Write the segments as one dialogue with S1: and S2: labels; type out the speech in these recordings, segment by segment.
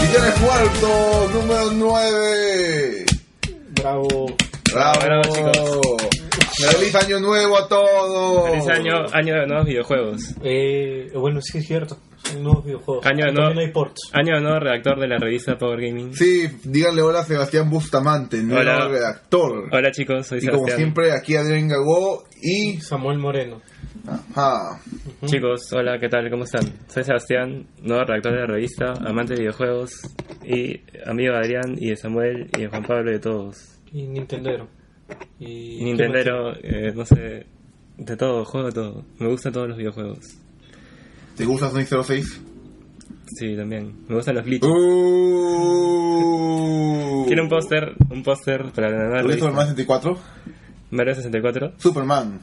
S1: Guillermo Cuarto, número 9.
S2: Bravo.
S1: Bravo,
S3: Bravo, chicos.
S1: Feliz año nuevo a todos.
S3: Feliz año, año de nuevos videojuegos.
S2: Eh, bueno, sí es cierto. Son nuevos videojuegos.
S3: Año de
S2: También
S3: nuevo-
S2: hay ports.
S3: Año de nuevo redactor de la revista Power Gaming.
S1: Sí, díganle hola a Sebastián Bustamante, nuevo
S3: Hola.
S1: redactor.
S3: Hola chicos, soy
S1: y como
S3: Sebastián.
S1: siempre, aquí Adrián Gagó y.
S2: Samuel Moreno.
S1: Ajá.
S3: Chicos, hola, ¿qué tal? ¿Cómo están? Soy Sebastián, nuevo redactor de la revista, amante de videojuegos y amigo de Adrián y de Samuel y de Juan Pablo y de todos.
S2: Y Nintendero. Y
S3: Nintendero, eh, no sé, de todo, juego de todo. Me gustan todos los videojuegos.
S1: ¿Te gusta Sonic 06?
S3: Sí, también. Me gustan los glitches.
S1: Uh.
S3: Quiero un póster, un póster para la nueva
S1: ¿Lo viste
S3: revista.
S1: Superman 64?
S3: Mario 64?
S1: Superman.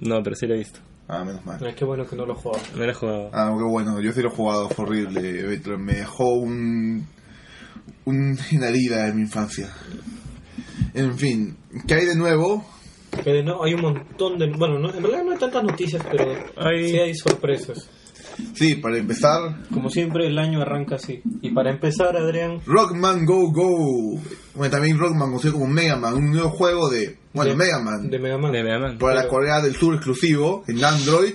S3: No, pero sí lo he visto.
S1: Ah, menos mal.
S2: Ay, qué bueno que no lo jugaba.
S3: No lo he jugado.
S1: Ah, qué bueno, yo sí lo he jugado, fue horrible. Me dejó un. un- una herida en mi infancia. En fin, ¿qué hay de nuevo?
S2: Pero no, hay un montón de... Bueno, no, en realidad no hay tantas noticias, pero
S3: Hay-
S2: sí hay sorpresas.
S1: Sí, para empezar,
S2: Como siempre, el año arranca así. Y para empezar, Adrián...
S1: Rockman Go Go. Bueno, también Rockman conocido como Mega Man, un nuevo juego de. bueno,
S2: de-
S1: Mega Man.
S2: De Mega Man.
S3: De Mega Man.
S1: para la
S2: pero-
S1: Corea del Sur exclusivo, en Android.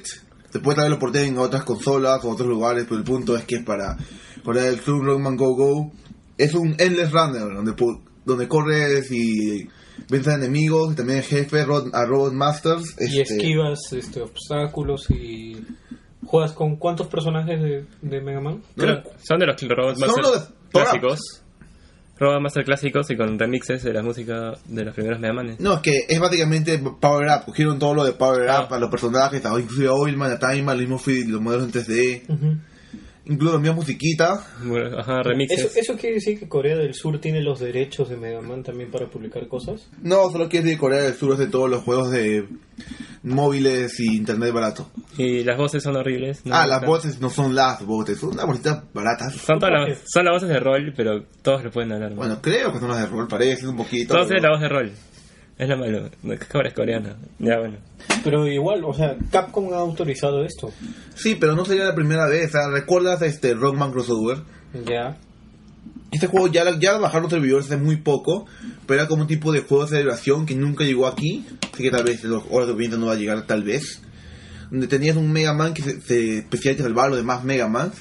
S1: Después también lo porté en otras consolas o otros lugares, pero el punto es que es para Corea del Sur, Rockman Go Go. Es un Endless Runner, donde, pu- donde corres y vences a enemigos, y también jefes, ro- a Robot Masters.
S2: Y
S1: este,
S2: esquivas este, obstáculos y... ¿Juegas con cuántos personajes de, de Mega Man?
S3: Creo- son de los Robot
S1: Son
S3: Master
S1: los de-
S3: clásicos. Robot Master clásicos y con remixes de la música de los primeros Mega Manes.
S1: No, es que es básicamente Power Up. Cogieron todo lo de Power Up
S3: Ah.
S1: a los personajes, a- inclusive a Oilman, a Timer, los mismos feed- los modelos en 3D,
S2: Ujú.
S1: incluso la misma musiquita.
S3: Bueno, Ajá, remixes.
S2: ¿Eso, ¿Eso quiere decir que Corea del Sur tiene los derechos de Mega Man también para publicar cosas?
S1: No, solo que es de Corea del Sur, es de todos los juegos de móviles y internet barato.
S3: Y las voces son horribles. ¿no?
S1: ah, las
S3: Están-
S1: voces no son las voces, son unas bolsitas baratas.
S3: Son, todas las, son las voces de rol, pero todos lo pueden hablar. ¿no?
S1: Bueno, creo que son las de rol, parece un poquito.
S3: todos tienen la
S1: pero-
S3: voz de rol. Es lo malo. No, es que ahora es coreana. Ya, bueno.
S2: Pero igual, o sea, Capcom ha autorizado esto.
S1: Sí, pero no sería la primera vez. O sea, ¿Recuerdas este Rockman Crossover?
S2: Ya.
S1: Este juego ya, la- ya bajaron los servidores hace muy poco, pero era como un tipo de juego de celebración que nunca llegó aquí, así que tal vez en los horas de Oriente no va a llegar, tal vez. Donde tenías un Mega Man que se, se especialmente salvaba a los demás Mega Mans,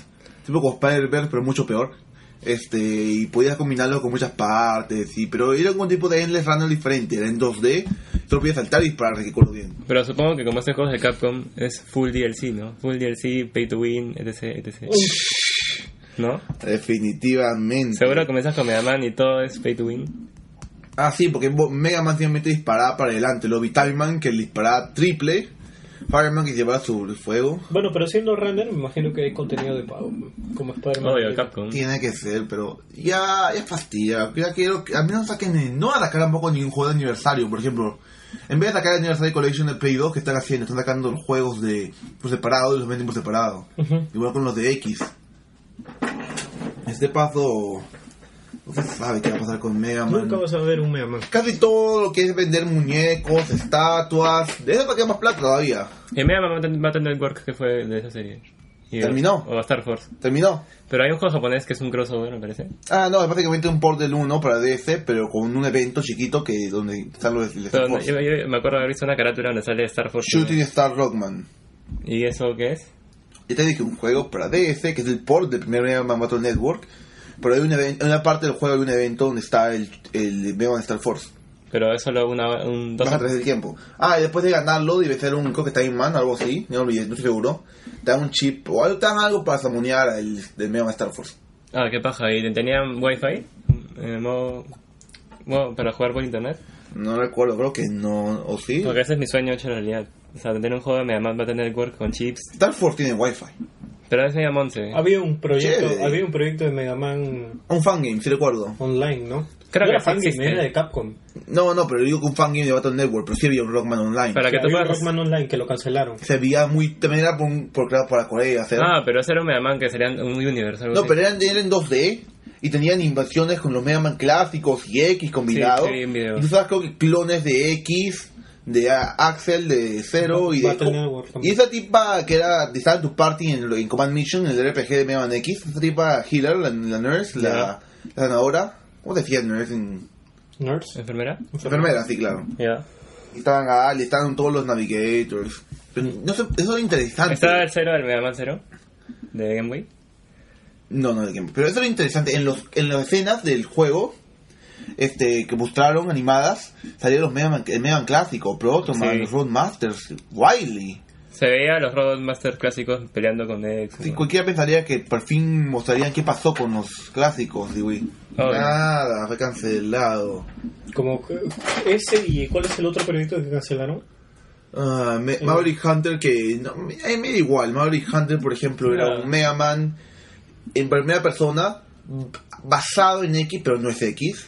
S1: tipo como Spider-Verse, pero mucho peor. Este, y podías combinarlo con muchas partes, y, pero era como un tipo de Endless Runner diferente, era en 2D, solo podías saltar y disparar, recuerdo bien.
S3: Pero supongo que como estos juegos de Capcom es full DLC, ¿no? Full DLC, pay to win, etc. etc. ¿No?
S1: Mm. Definitivamente.
S3: Seguro comenzás con Mega Man y todo es pay to win.
S1: Ah, sí, porque Bo- Mega Man simplemente disparaba para adelante. Lo vi Time Man que le disparaba triple. Fireman que llevaba su fuego.
S2: Bueno, pero siendo render, me imagino que hay contenido de pago. Como Spider-Man.
S3: Obvio, Capcom.
S1: Tiene que ser, pero ya, ya fastidia. Ya quiero que al menos saquen. el- No van a sacar tampoco ningún juego de aniversario, por ejemplo. En vez de sacar el Anniversary Collection de Play 2, que están haciendo? Están sacando los juegos de por separado y los venden por separado.
S2: Ujú.
S1: Igual con los de X. Este paso. No se sabe qué va a pasar con Mega Man.
S2: Nunca vas a ver un Mega Man.
S1: Casi todo lo que es vender muñecos, estatuas, de eso para que más plata todavía.
S3: Y Mega Man Battle Network que fue de esa serie. Y-
S1: Terminó.
S3: O Star Force.
S1: Terminó.
S3: Pero hay un juego japonés que es un crossover, me parece.
S1: Ah, no, es básicamente un port del 1 para DS, pero con un evento chiquito que donde están los el Star
S3: Pero
S1: Force.
S3: yo, yo me acuerdo de haber visto una carátula donde sale Star Force.
S1: Shooting Star Rockman.
S3: ¿Y eso qué es?
S1: Este es un juego para DS, que es el port del primer Mega Man Battle Network. Pero hay un event- en una parte del juego hay un evento donde está el, el Mega Man Star Force.
S3: Pero es solo una, un dos
S1: Vas a través del tiempo. Ah, y después de ganarlo y vencer un creo que está en man, algo así, no olvides, no estoy seguro. Te dan un chip o algo, te dan algo para samonear al del Mega Man Star Force.
S3: Ah, qué paja. ¿Y tenían wifi? En el modo, modo para jugar por internet.
S1: No recuerdo, creo que no, o sí.
S3: Porque ese es mi sueño hecho realidad. O sea, tener un juego de Mega Man Battle Network con chips.
S1: Star Force tiene Wi-Fi.
S3: Pero es Mega Man 11.
S1: Ah,
S2: Había un proyecto,
S1: Chévere.
S2: había un proyecto de Mega Man
S1: Un fangame, sí recuerdo.
S2: online, ¿no? No
S3: Creo que
S2: era
S3: sí
S2: fangame,
S3: existe.
S2: era de Capcom.
S1: No, no, pero digo que un fangame de Battle Network, pero sí había un Rockman Online.
S3: Para que tú
S2: había un
S3: puedas-
S2: Rockman online que lo cancelaron.
S1: Se veía muy, también era por, un- por creado para Corea, o sea,
S3: Ah, pero ese era un Mega Man que sería un universo. Algo
S1: No,
S3: así.
S1: pero eran, eran 2D y tenían invasiones con los Mega Man clásicos y X combinados.
S3: Sí, sí, vi un video.
S1: y tú sabes, creo que clones de X, de ah, Axel, de Zero y de.
S2: Battle Network
S1: y
S2: también.
S1: esa tipa que era que estaba en tu party en, en Command Mission, en el RPG de Mega Man X, esa tipa Healer, la, la nurse, la,
S3: Ya.
S1: la sanadora. ¿Cómo decía nurse? En,
S2: Nerds.
S3: ¿Enfermera?
S1: Ah, enfermera, sí, claro.
S3: Ya.
S1: Y estaban Gal, y estaban todos los Navigators. Pero no sé, eso era interesante.
S3: Estaba el 0 del Mega Man 0 de Game Boy.
S1: No, no de Game Boy. Pero eso era interesante. En, los, en las escenas del juego este, que mostraron animadas, salieron los Mega Man, el Mega Man clásico, Protoman,
S3: Sí.
S1: los Roadmasters, Wily.
S3: Se veía a los Robot Master clásicos peleando con X.
S1: Sí, cualquiera pensaría que por fin mostrarían qué pasó con los clásicos de Wii.
S3: Oh,
S1: Nada, fue cancelado.
S2: Como que- ese y ¿cuál es el otro proyecto que cancelaron?
S1: Ah, me- Maverick Hunter que... No, me, eh, me da igual. Maverick Hunter, por ejemplo, era
S3: Ah.
S1: un Mega Man en primera persona basado en X, pero no es X.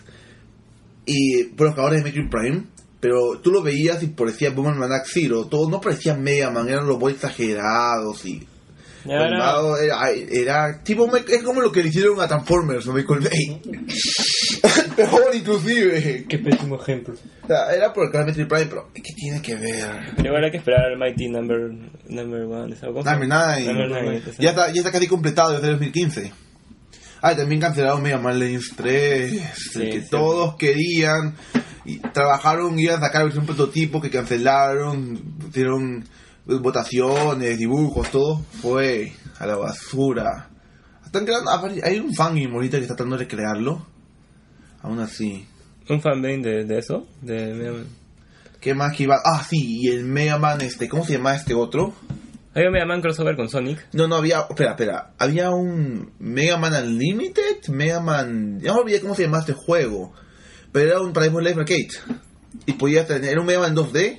S1: Y por los creadores de Metroid Prime. Pero tú lo veías y parecía Boomerang Manac Zero. Todo, no parecía Mega Man, eran los robots exagerados y...
S3: Ya era-
S1: animados, Era, era tipo... me- Es como lo que le hicieron a Transformers, no me Bay. Peor inclusive.
S2: Qué pésimo ejemplo.
S1: O sea, era por el canal Metroid Prime, pero ¿qué tiene que ver?
S3: Pero igual hay que esperar al Mighty Number, number One. ¿sabes cómo se llama?
S1: Number Nine.
S3: Number Nine, ese.
S1: Ya está, ya está casi completado desde el 2015. Ah, y también cancelaron Mega Man Legends 3, el que
S3: sí.
S1: todos querían. Y trabajaron, iban a sacar un prototipo que cancelaron, hicieron votaciones, dibujos, todo. Fue a la basura. Están creando, ah, pare- hay un fangame ahorita que está tratando de crearlo. Aún así.
S3: Un fanbase de, de eso, de Mega Man.
S1: ¿Qué más que iba? Ah, sí, y el Mega Man este, ¿cómo se llama este otro?
S3: Hay un Mega Man crossover con Sonic.
S1: No, no había. Espera, espera. Había un Mega Man Unlimited, Mega Man. Ya me olvidé cómo se llamaba este juego. Pero era un para Xbox Live Arcade. Y podías tener. Era un Mega Man 2D.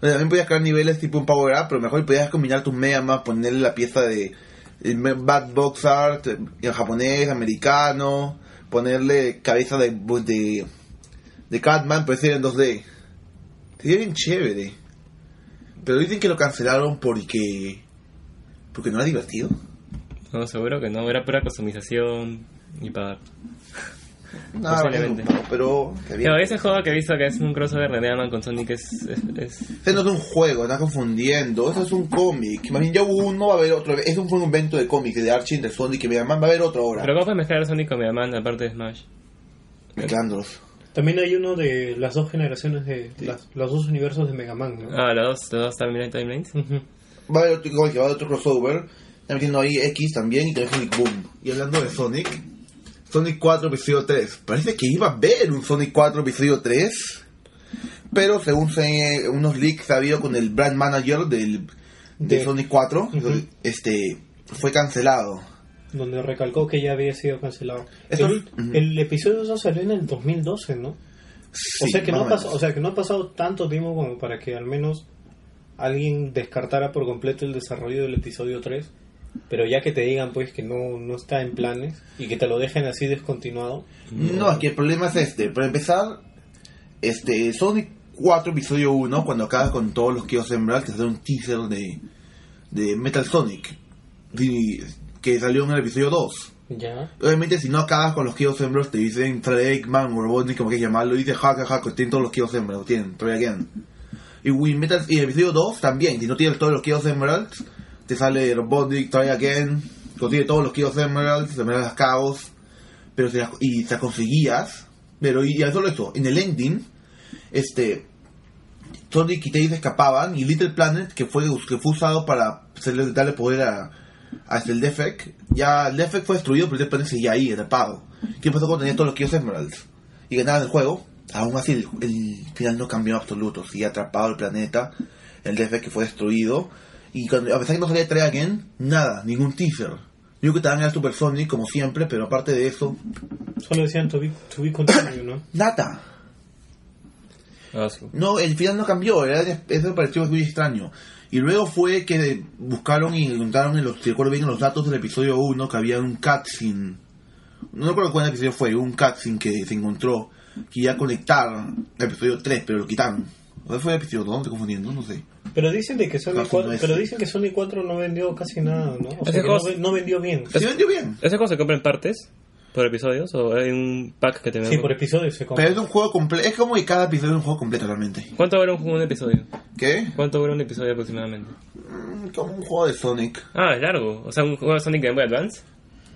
S1: Donde también podías crear niveles tipo un Power Up, pero mejor podías combinar tus Mega Man, ponerle la pieza de. el me- Bad Box Art, eh, en japonés, americano. Ponerle cabeza de. pues, de. de Catman, pero ese era en 2D. Sería bien chévere. Pero dicen que lo cancelaron porque. Porque no era divertido.
S3: No, seguro que no. Era pura customización y pagar.
S1: Nada,
S3: Posiblemente.
S1: bueno, pero. que bien.
S3: Pero ese juego que he visto que es un crossover de Mega Man con Sonic es... es, es-
S1: Este no es un juego, estás confundiendo. Eso es un cómic. Más bien ya hubo uno, va a haber otro. Este Es un, fue un invento de cómics de Archie, de Sonic y Mega Man. Va a haber otro ahora.
S3: Pero ¿cómo puedes mezclar a Sonic con Mega Man aparte de Smash?
S1: Mezclándolos.
S2: También hay uno de las dos generaciones de las- los dos universos de Mega Man, ¿no?
S3: Ah, los dos, los dos también hay timelines.
S2: Ujú.
S1: Va a haber otro, igual que va a haber otro crossover. Está metiendo ahí X también y también Sonic Boom. Y hablando de Sonic, Sonic 4 episodio 3. Parece que iba a haber un Sonic 4 episodio 3. Pero según se- unos leaks ha habido con el brand manager del, de,
S2: De-
S1: Sonic 4,
S2: Ujú.
S1: este fue cancelado.
S2: donde recalcó que ya había sido cancelado.
S1: Eso-
S2: el,
S1: Ujú.
S2: el episodio eso salió en el 2012, ¿no? O
S1: Sí,
S2: sea que
S1: más
S2: no
S1: o
S2: ha
S1: menos.
S2: pasado, o sea que no ha pasado tanto tiempo como para que al menos alguien descartara por completo el desarrollo del episodio 3, pero ya que te digan pues que no no está en planes y que te lo dejen así descontinuado.
S1: No, es que el problema es este. Para empezar, este Sonic 4 episodio 1, cuando acaba con todos los que os sembrar, que salió un teaser de, de Metal Sonic, y- que salió en el episodio 2.
S2: Ya.
S1: Obviamente, si no acabas con los Chaos Emeralds, te dicen Frederick Man o Robotnik, como que llamarlo, y dice jaca jaca, tienen todos los Chaos Emeralds, tienen, try again. Y, Wii Metal, y el episodio 2 también, si no tienes todos los Chaos Emeralds, te sale Robotnik, try again, consigue todos los Chaos Emeralds, Emeraldas Caos, pero si las- y te las conseguías, pero y, y solo eso, en el ending, este, Sonic y Tails escapaban, y Little Planet, que fue, que fue usado para hacerle- darle poder a hasta el Defect. Ya el Defect fue destruido, pero el Defect seguía ahí, atrapado. ¿Qué pasó cuando tenía todos los Kills Emeralds? Y ganaban el juego. Aún así, el, el final no cambió en absoluto. Sigue atrapado el planeta, el Defect que fue destruido. Y cuando- a pesar que no salía Triagen, nada, ningún teaser. Yo creo que estaban en el Super Sonic, como siempre, pero aparte de eso,
S2: Solo decían to be, to be continued, ¿no?
S1: nada.
S3: Ah, su-
S1: No, el final no cambió, era- eso me pareció muy extraño. Y luego fue que buscaron y encontraron en los, si recuerdo bien, en los datos del episodio 1 que había un cutscene. No recuerdo cuál episodio fue, un cutscene que se encontró que iba a conectar el episodio 3, pero lo quitaron. ¿O fue el episodio 2? Estoy confundiendo, no sé.
S2: Pero dicen de que Sony
S1: Bajo
S2: 4,
S1: nuestro.
S2: pero dicen que Sony 4 no vendió casi nada, ¿no? O
S3: Ese
S2: sea, que no,
S3: juego-
S2: ve- no vendió bien.
S1: Se vendió bien.
S3: ¿Ese juego se compra en partes? ¿Por episodios? ¿O hay un pack que te
S2: Sí, por episodio se compra.
S1: Pero es un juego completo, es como que cada episodio es un juego completo realmente.
S3: ¿Cuánto dura un, un episodio?
S1: ¿Qué?
S3: ¿Cuánto dura un episodio aproximadamente?
S1: Mm, Como un juego de Sonic.
S3: Ah, es largo. O sea, un juego de Sonic Game Boy Advance.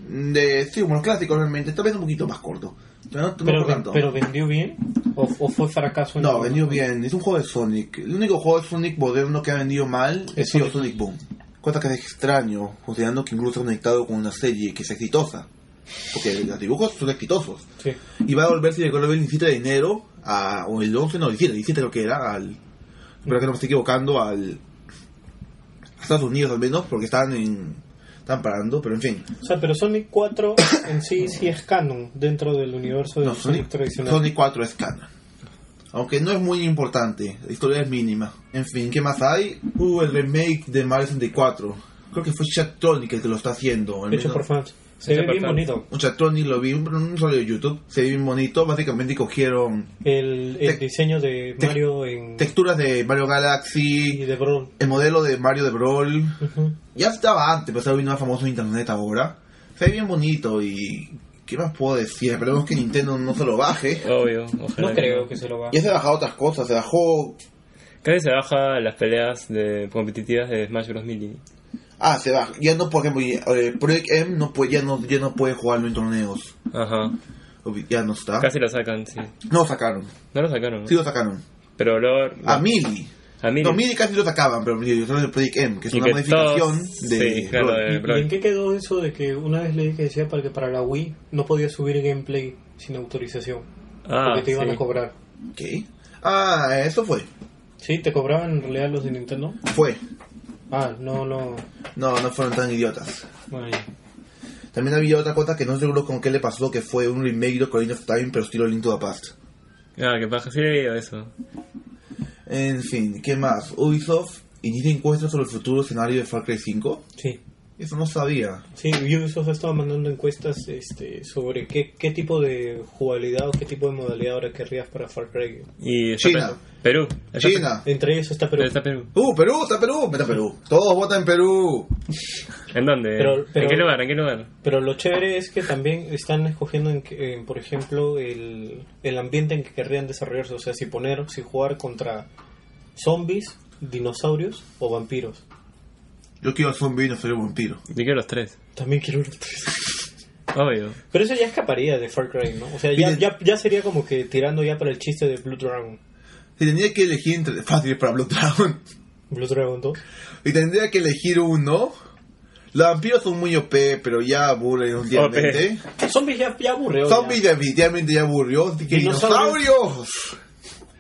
S1: De, sí, como los clásicos realmente, tal vez un poquito más corto. Pero no, no
S2: Pero,
S1: por tanto.
S2: pero vendió bien o, o fue fracaso. en
S1: No,
S2: alguno?
S1: vendió bien. Es un juego de Sonic. El único juego de Sonic moderno que ha vendido mal es sido Sonic
S2: Sonic.
S1: Boom. Cosa que es extraño, considerando que incluso está conectado con una serie que es exitosa. Porque los dibujos son exitosos.
S2: Sí.
S1: Y va a volver, si recuerdo bien, el 17 de enero, a, o el 11, no, el 17, el 17 creo que era, al, creo que no me estoy equivocando, al a Estados Unidos al menos, porque están en, están parando, pero en fin.
S2: O sea, pero Sonic 4 en sí sí es canon dentro del universo de
S1: No,
S2: Sonic
S1: Sonic,
S2: tradicional.
S1: Sonic 4 es canon. Aunque no es muy importante, la historia es mínima. En fin, ¿qué más hay? Uh, el remake de Mario 64. Creo que fue Chatronic el que lo está haciendo. al
S2: hecho
S1: menos.
S2: por fans. Se
S3: Hecho
S2: ve
S3: por
S2: bien
S3: fans.
S2: bonito.
S1: Un Chatronic lo vi, pero no salió de YouTube. Se ve bien bonito. Básicamente cogieron
S2: El, el
S1: Tec-
S2: diseño de
S1: tec-
S2: Mario en
S1: texturas de Mario
S2: y
S1: Galaxy,
S2: de Brawl.
S1: el modelo de Mario de Brawl.
S2: Ujú.
S1: Ya estaba antes, pero se ha venido más famoso en internet ahora. Se ve bien bonito y... ¿Qué más puedo decir? Esperemos que Nintendo no se lo baje.
S3: Obvio. Ojalá
S2: No
S3: que
S2: creo que se lo va.
S1: Ya se ha bajado otras cosas. Se bajó
S3: Casi se baja las peleas de competitivas de Smash Bros. Melee.
S1: Ah, se va. Ya no, por ejemplo, ya, eh, Project M no puede, ya no, ya no puede jugarlo en torneos.
S3: Ajá.
S1: Obvi- Ya no está.
S3: Casi lo sacan, sí.
S1: No lo sacaron.
S3: No lo sacaron. ¿no?
S1: Ah. Sí lo sacaron.
S3: Pero luego...
S1: A Mili.
S3: A Melee.
S1: No, Mili casi lo sacaban, pero Mili solo el Project M, que es
S3: Y
S1: una
S3: que
S1: modificación
S3: todos-
S1: de.
S3: sí, claro,
S1: Roy.
S3: de-
S2: ¿Y,
S3: Eh, Brawl.
S2: y en qué quedó eso de que una vez leí que decía para que para la Wii no podía subir gameplay sin autorización?
S3: Ah,
S2: porque te iban
S3: sí.
S2: a cobrar.
S1: ¿Qué? Ah, eso fue.
S2: Sí, te cobraban en realidad los de Nintendo.
S1: Fue.
S2: Ah, no, no.
S1: No, no fueron tan idiotas.
S2: Bueno, ya.
S1: También había otra cosa que no seguro con qué le pasó, que fue un remake de Ocarina of Time, pero estilo Link to the Past.
S3: Ah, que paja. Sí he leído eso.
S1: En fin, ¿qué más? Ubisoft inicia encuestas sobre el futuro escenario de Far Cry 5.
S2: Sí.
S1: Eso no sabía.
S2: Sí, Ubisoft ha estado mandando encuestas este, sobre qué, qué tipo de jugabilidad o qué tipo de modalidad ahora querrías para Far Cry.
S3: Y está
S1: China.
S3: Pe- Perú. Está
S1: China.
S2: Entre ellos está
S3: Pe-
S2: Perú.
S3: Está Perú.
S1: Uh, Perú, está Perú, meta Perú. Todos votan en Perú.
S3: ¿En dónde?
S2: Pero- pero-
S3: ¿En qué lugar? ¿En qué lugar?
S2: Pero lo chévere es que también están escogiendo, en, que- en, por ejemplo, el, el ambiente en que querrían desarrollarse. O sea, si poner, si jugar contra zombies, dinosaurios o vampiros.
S1: Yo quiero zombie y no soy un vampiro.
S3: Yo quiero los tres.
S2: También quiero los tres.
S3: Obvio.
S2: Pero eso ya escaparía de Far Cry, ¿no? O sea, ya,
S1: Miren.
S2: ya, ya sería como que tirando ya para el chiste de Blue Dragon.
S1: Si tendría que elegir entre fáciles para Blood Dragon
S2: Blue Dragon 2.
S1: y tendría que elegir uno, los vampiros son muy OP, pero ya aburren últimamente.
S2: Zombies ya, ya aburre. oye.
S1: Zombies definitivamente ya aburrió. Así que
S2: Dinosaurios.
S1: dinosaurios.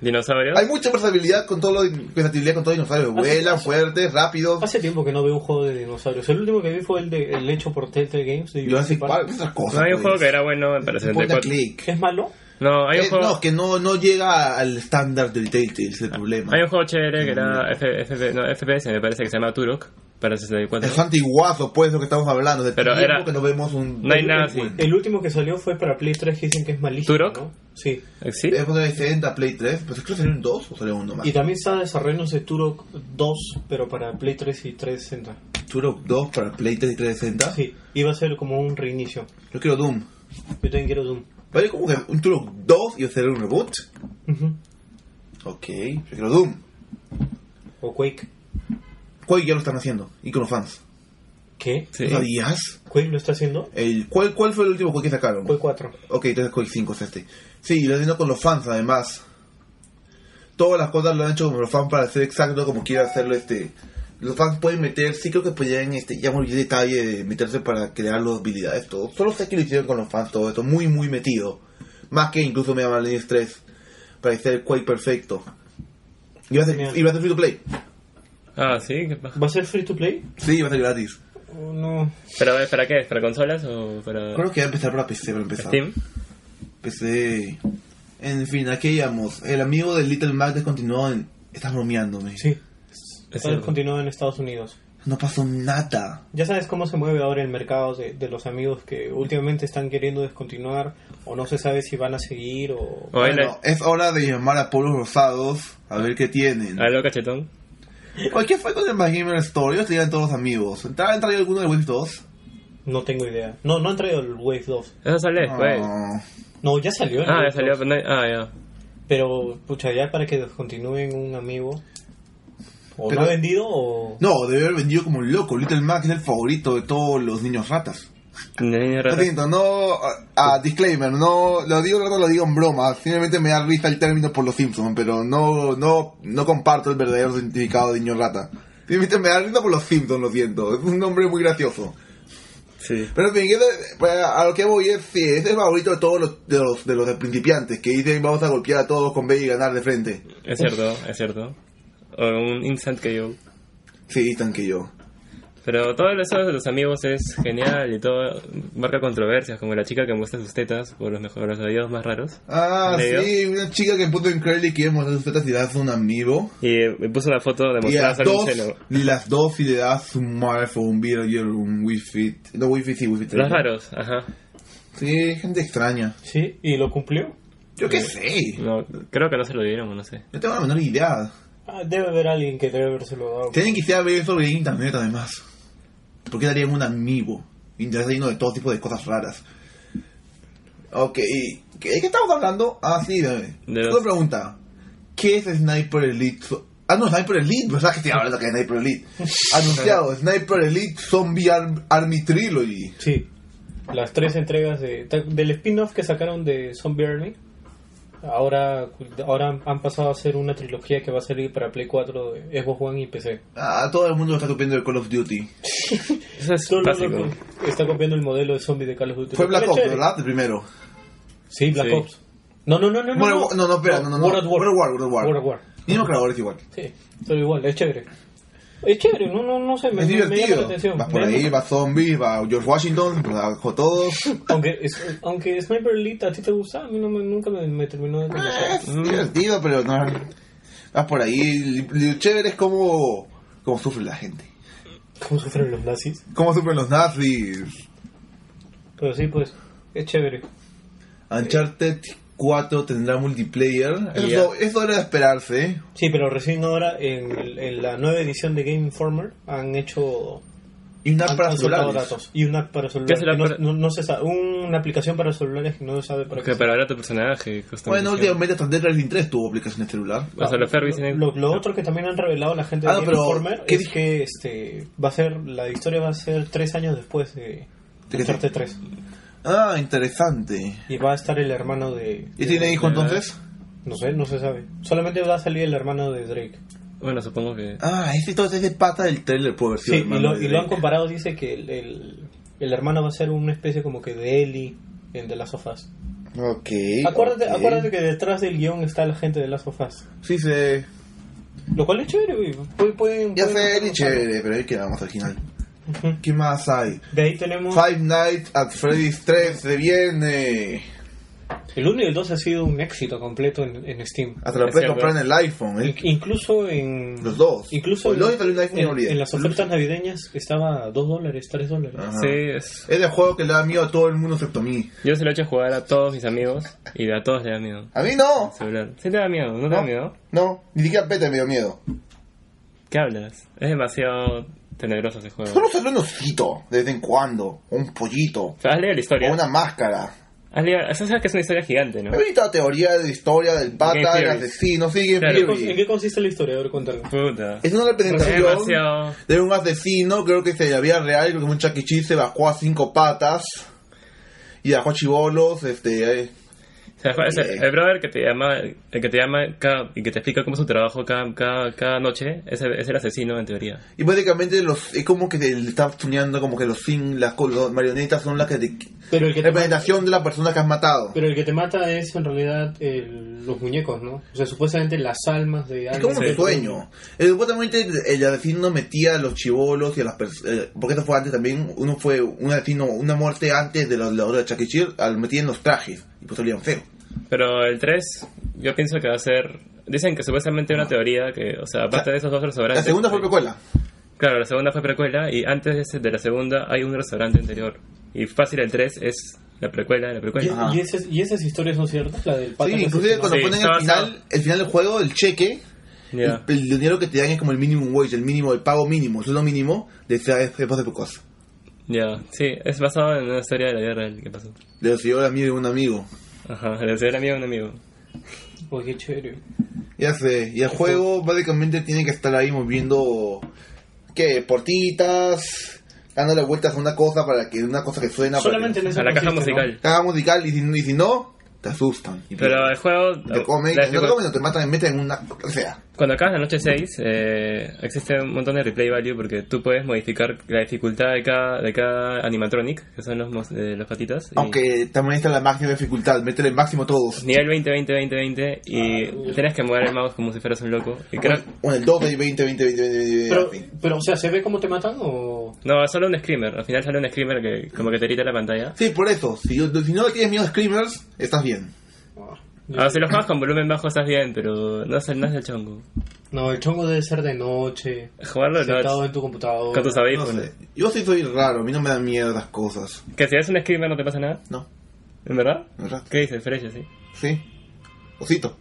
S3: ¿Dinosaurios?
S1: Hay mucha versatilidad con todos los versatilidad con todos los dinosaurios. Vuelan fuertes, rápidos.
S2: Hace tiempo que no veo un juego de dinosaurios. El último que vi fue el, de, el hecho por Telltale Games de
S1: Jurassic
S2: Jurassic
S1: Park, esas cosas.
S3: No hay
S1: pues.
S3: un juego que era bueno
S1: Ponte
S3: para 64.
S1: click.
S2: ¿Es malo?
S3: No, hay un
S1: Eh,
S3: juego. Ah,
S1: no, que no, no llega al estándar del Telltale, es el problema.
S3: Hay un juego chévere que era F- F- no, FPS, me parece que se llama Turok para
S1: El
S3: 64.
S1: santiguazo, pues, lo que estamos hablando. De
S3: Pero
S1: tiempo
S3: era-
S1: que no vemos un.
S3: No hay nada así.
S2: El último que salió fue para Play 3 que dicen que es malísimo.
S3: ¿Turok?
S2: ¿no? Sí.
S3: Eh, ¿Sí?
S1: Es poner 60, Play 3. Pero es que salió un 2 o salió uno más.
S2: Y también está desarrollándose Turok 2, pero para Play 3 y 360.
S1: Turok 2 para Play 3 y 360.
S2: Sí, iba a ser como un reinicio.
S1: Yo quiero Doom.
S2: Yo también quiero Doom.
S1: ¿Vale? Como que un Turok 2 y hacer un reboot.
S2: Ujú.
S1: Ok, yo quiero Doom.
S2: O Quake.
S1: Quake ya lo están haciendo. Y con los fans.
S2: ¿Qué?
S3: Sí.
S1: ¿No sabías?
S2: ¿Quake lo está haciendo?
S1: El, ¿cuál, ¿Cuál fue el último Quake que sacaron?
S2: Quake 4.
S1: Ok, entonces Quake 5 es este. Sí, y lo haciendo con los fans además. Todas las cosas lo han hecho como los fans para ser exacto como quiere hacerlo este los fans pueden meter, sí creo que podían, este, ya me olvidé el detalle de meterse para crear las habilidades, todo. Solo sé que lo hicieron con los fans todo esto, muy, muy metido. Más que incluso me llaman Legends 3, para hacer el Quake perfecto. Iba a ser,
S2: Genial.
S1: iba a ser free to play.
S3: Ah, sí, qué paja.
S2: ¿Va a ser free to play?
S1: Sí, iba a ser gratis.
S2: ¿O Uh, no?
S3: Pero a ver, ¿para qué? ¿Para consolas o para
S1: Creo que va a empezar para PC, para empezar.
S3: Eh. Steam?
S1: PC. En fin, aquí íbamos. El amigo de Little Mac descontinuó en... Estás bromeándome.
S2: Sí.
S3: Es
S2: Está
S3: cierto.
S2: descontinuado en Estados Unidos.
S1: No pasó nada.
S2: Ya sabes cómo se mueve ahora el mercado de, de los amigos que últimamente están queriendo descontinuar o no se sabe si van a seguir o...
S3: O ahí
S1: Bueno, es hora de llamar a Pueblos Rosados a ver qué tienen.
S3: la- a Ah, lo cachetón.
S1: Oye, ¿Qué fue con el My Gamer Store? Ellos tenían todos los amigos. ¿Entra- ¿Han traído alguno de Wave 2?
S2: No tengo idea. No, no han traído el Wave 2.
S3: Eso sale después.
S1: No.
S2: No, ya salió. el
S3: Ah,
S2: Wave
S3: ya salió.
S2: 2.
S3: pero no hay- Ah,
S2: Pero, pucha, ya para que descontinúen un amigo... O
S1: Pero-
S2: no vendido o...
S1: No, debe haber vendido como un loco. Little Mac es el favorito de todos los niños ratas.
S3: ya. De niño
S1: Lo
S3: raro.
S1: siento, no. Ah, disclaimer, no. Lo digo, no lo digo en broma. Simplemente me da risa el término por los Simpsons, pero no, no, no comparto el verdadero significado de niño rata. Simplemente me da risa por los Simpsons, lo siento. Es un nombre muy gracioso.
S3: Sí.
S1: Pero en fin, eso- pues, a lo que voy es, sí, ese es el favorito de todos los de los, de los principiantes que dicen vamos a golpear a todos con B y ganar de frente.
S3: Es cierto, es cierto. O un instant que yo.
S1: Sí, están que yo.
S3: Pero todo eso de los amigos es genial y todo marca controversias, como la chica que muestra sus tetas por los mejores videos más raros.
S1: Ah,
S3: ¿Leo?
S1: sí, una chica que puso en Crowley que mostrar sus tetas y le das un amigo.
S3: Y eh, me puso la foto de
S1: Y
S3: mostrar
S1: las
S3: solo un
S1: dos,
S3: seno.
S1: y las dos y le das un smartphone, un video, un wifi. No, wifi sí, wifi.
S3: Los raros, ajá.
S1: Sí, gente extraña.
S2: Sí, y lo cumplió.
S1: Yo qué sé.
S3: No, creo que no se lo dieron, no sé.
S1: No tengo la menor idea.
S2: Ah, debe haber alguien que debe habérselo dado.
S1: Tienen que quisiera ver eso en internet además. ¿Por qué darían un amigo? Internet está lleno de todo tipo de cosas raras. Ok, ¿y ¿qué- ¿de qué estamos hablando? Ah, sí, bebé.
S3: De los-
S1: Una pregunta. ¿Qué es Sniper Elite? So- Ah, no, Sniper Elite, ¿verdad que estoy hablando que es Sniper Elite? Anunciado, Sniper Elite Zombie Arm- Army Trilogy.
S2: Sí, las tres entregas de, del spin-off que sacaron de Zombie Army. Ahora, ahora han- han pasado a ser una trilogía que va a salir para Play 4, de Xbox One y PC.
S1: Ah, todo el mundo está copiando el Call of Duty.
S3: Eso es
S2: Solo
S3: básico.
S2: lo- está copiando el modelo de zombie de Call of Duty.
S1: Fue
S2: Lo
S1: Black
S2: cual es
S1: Ops,
S2: chévere.
S1: ¿verdad? El primero.
S2: Sí, Black
S3: Sí.
S2: Ops. No, no, ¿eh? no, no.
S1: Bueno, no, no, espera, no, no. no.
S2: World at War.
S1: World at War, World at War.
S2: World at War.
S1: Mismo creador es igual.
S2: Sí, todo igual, es chévere. Es chévere, no, no, no sé, me,
S1: Es
S2: me- me llama la
S1: divertido.
S2: atención.
S1: Vas por
S2: Me llama-
S1: ahí, va zombies, va George Washington, bajo todos.
S2: Aunque, es- aunque Sniper Elite a ti te gusta, a mí no me- nunca me, me terminó de convencer.
S1: Ah, Es divertido, pero no. Vas por ahí. Lo chévere es como, como sufre la gente.
S2: ¿Cómo sufren los nazis?
S1: Cómo sufren los nazis.
S2: Pero sí, pues, es chévere.
S1: Uncharted 4 tendrá multiplayer.
S3: Ya.
S1: Eso, eso era de esperarse. ¿eh?
S2: Sí, pero recién ahora en, el- en la nueva edición de Game Informer han hecho
S1: Y una
S2: han-
S1: para
S2: han soltado
S1: celulares.
S2: datos y una para
S3: ¿Qué
S2: celulares.
S3: será
S2: que no-
S3: para-
S2: No, no se sabe, una aplicación para celulares que no se sabe para
S3: Que
S2: qué.
S3: para ahora tu personaje.
S1: Bueno,
S3: customización.
S1: últimamente hasta Dead Rising 3 tuvo aplicación celular.
S3: O sea, los Ferries tienen.
S2: Lo, lo otro que también han revelado la gente de
S1: Ah, no,
S2: Game
S1: pero,
S2: Informer
S1: ¿qué
S2: es
S1: dije?
S2: que este va a ser la historia va a ser tres años después de
S1: ¿De qué?
S2: Uncharted 3
S1: Ah, interesante.
S2: y va a estar el hermano de
S1: ¿Y tiene hijo entonces?
S2: no sé no se sabe solamente va a salir el hermano de Drake
S3: Bueno, supongo que.
S1: Ah, ese todo ese pata del trailer puede haber
S2: Sí,
S1: sido
S2: y
S1: hermano
S2: lo,
S1: de
S2: y lo han
S1: Drake.
S2: comparado, dice que el, el, el hermano va a ser una especie como que de Ellie en The Last of Us.
S1: Ok.
S2: Acuérdate,
S1: ok.
S2: acuérdate que detrás del guión está la gente de The Last of Us.
S1: Sí, sé.
S2: Lo cual es chévere, güey. Pu- pueden-
S1: Ya
S2: pueden
S1: sé,
S2: hacerlo.
S1: ni chévere, pero ahí quedamos al final.
S2: Ujú.
S1: ¿Qué más hay?
S2: De ahí tenemos...
S1: Five Nights at Freddy's 3 se viene.
S2: El 1 y el 2 ha sido un éxito completo en, en Steam.
S1: Hasta lo
S3: Es
S1: puedes
S3: cierto.
S1: comprar en el iPhone. ¿eh?
S2: In- incluso en...
S1: Ah, Los dos. Pues
S2: Incluso
S1: El dos y salió un iPhone,
S2: en,
S1: me olvidé.
S2: en las ofertas navideñas estaba a 2 dólares, 3 dólares.
S1: Ajá.
S3: Sí, es-
S1: Es el juego que le da miedo a todo el mundo excepto a mí.
S3: yo se lo he hecho jugar a todos mis amigos y a todos le da miedo.
S1: A mí no.
S3: Celular. Sí, te da miedo, ¿no te da miedo?
S1: No, ni siquiera Pete me dio miedo.
S3: ¿Qué hablas? Es demasiado tenebroso ese juego.
S1: Solo salió un osito de vez en cuando. O un pollito.
S3: O sea, has leído la historia.
S1: O una máscara.
S3: Has leído- o sea, sabes que es una historia gigante, ¿no?
S1: Me vi toda teoría de historia del pata,
S3: Game
S1: del
S3: Theory.
S1: asesino. Sí, Game
S3: Claro.
S2: ¿En qué cons-
S1: Theory.
S2: ¿En qué consiste la historia? A ver, cuéntalo.
S3: Puta.
S1: Es una
S3: Es
S1: representación
S3: demasiado.
S1: de un asesino, creo que se la vida real, creo que un Chuck E. Cheese se bajó a cinco patas y bajó a chivolos, este, eh,
S3: sea, es el, el brother que te llama, el que te llama cada- y que te explica cómo es su trabajo cada, cada, cada noche, es el, es el asesino en teoría.
S1: Y básicamente los, es como que te le estás tuneando como que los sin, las, co- las marionetas son las que te...
S2: Pero el que te
S1: representación de la persona que has matado.
S2: Pero el que te mata es en realidad el- los muñecos, ¿no? O sea, supuestamente las almas de
S1: Es
S2: alguien.
S1: como
S3: Sí.
S1: tu sueño. Eh, Supuestamente el, el asesino metía a los chivolos y a las personas. porque esto fue antes también. Uno fue un asesino, una muerte antes de la de la hora de Chucky Cheer. Al metía en los trajes. Y pues salían feos.
S3: Pero el 3, yo pienso que va a ser. Dicen que supuestamente hay una teoría que, o sea, aparte de esos dos
S1: La
S3: restaurantes.
S1: segunda fue precuela.
S3: Claro, la segunda fue precuela y antes de ese- de la segunda hay un restaurante anterior. Y fácil, el 3 es la precuela de la
S2: Y,
S3: precuela.
S1: Ajá.
S2: y esas, y esas historias son ciertas, la del pata
S1: Sí,
S2: que
S1: inclusive
S2: asesinó.
S1: cuando
S3: Sí,
S1: ponen
S3: estaba-
S1: el final, el final del juego, el cheque.
S3: Ya.
S1: El, el dinero que te dan es como el minimum wage, el mínimo, el pago mínimo, el sueldo mínimo de esa después de cosa.
S3: Ya, sí, es basado en una historia de la guerra real que pasó.
S1: De los señores amigos de un amigo.
S3: Ajá, de ser amigo de un amigo.
S2: Oh, qué chévere.
S1: Ya sé, y el juego básicamente tiene que estar ahí moviendo. ¿Qué? Portitas, dándole vueltas a una cosa para que una cosa que suena. para
S2: Solamente
S1: que-
S2: en eso
S3: A la caja
S2: consiste, ¿no?
S3: musical.
S1: Cada musical, y si, y si no, te asustan. Y
S3: Pero el juego.
S1: te comen,
S3: la
S1: no te
S3: dificu-
S1: comen, no te matan, te meten en una. O sea,
S3: Cuando acabas la noche 6, eh, existe un montón de replay value porque tú puedes modificar la dificultad de cada, de cada animatronic, que son los, mos- eh, los patitas. y-
S1: aunque también está la máxima dificultad, métele el máximo a todos.
S3: Nivel 20, 20, 20, 20 y
S2: Ah,
S3: tienes que mover el mouse como si fueras un loco. Y creo,
S1: Bueno, el 2, 20, 20, 20, 20, 20,
S2: Pero,
S1: 20.
S2: pero, o sea, ¿se ve cómo te matan o...?
S3: no, es solo un screamer. Al final sale un screamer que como que te irrita la pantalla.
S1: Sí, por eso, si, si no le tienes miedo a Screamers, estás bien.
S2: Ah,
S3: Ahora, si los juegas con volumen bajo estás bien, pero no es el, no es el chongo.
S2: No, el chongo debe ser de noche,
S3: Jugarlo
S2: sentado
S3: no es-
S2: en tu computadora.
S3: con tus
S1: No
S3: audífonos.
S1: sé, yo sí soy raro, a mí no me dan miedo las cosas.
S3: Que si es un screamer no te pasa nada,
S1: No,
S3: ¿en verdad?
S1: en verdad.
S3: ¿Qué dices, Fresh? Sí.
S1: Sí. Osito.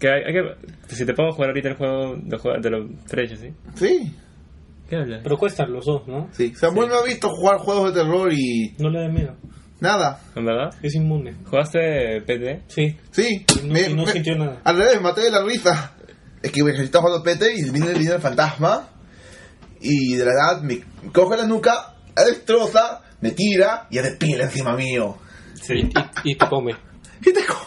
S3: Que hay, hay que, si te pongo a jugar ahorita el juego, lo juega- te lo Fresh, ¿sí?
S1: Sí.
S3: ¿Qué hablas?
S2: Pero cuestan los dos, ¿no?
S1: Sí. Samuel me ha visto jugar juegos de terror y
S2: No le da miedo.
S1: nada.
S3: ¿En verdad?
S2: Es inmune.
S3: ¿Jugaste PT?
S2: Sí.
S1: Sí.
S2: Y no- y no sintió nada.
S1: Al revés, me maté de la risa. Es que me estaba jugando pete y viene, viene el fantasma. Y de la edad me coge la nuca, la destroza, me tira y despila encima mío.
S3: Sí.
S2: Y te come.
S1: ¿Qué te co-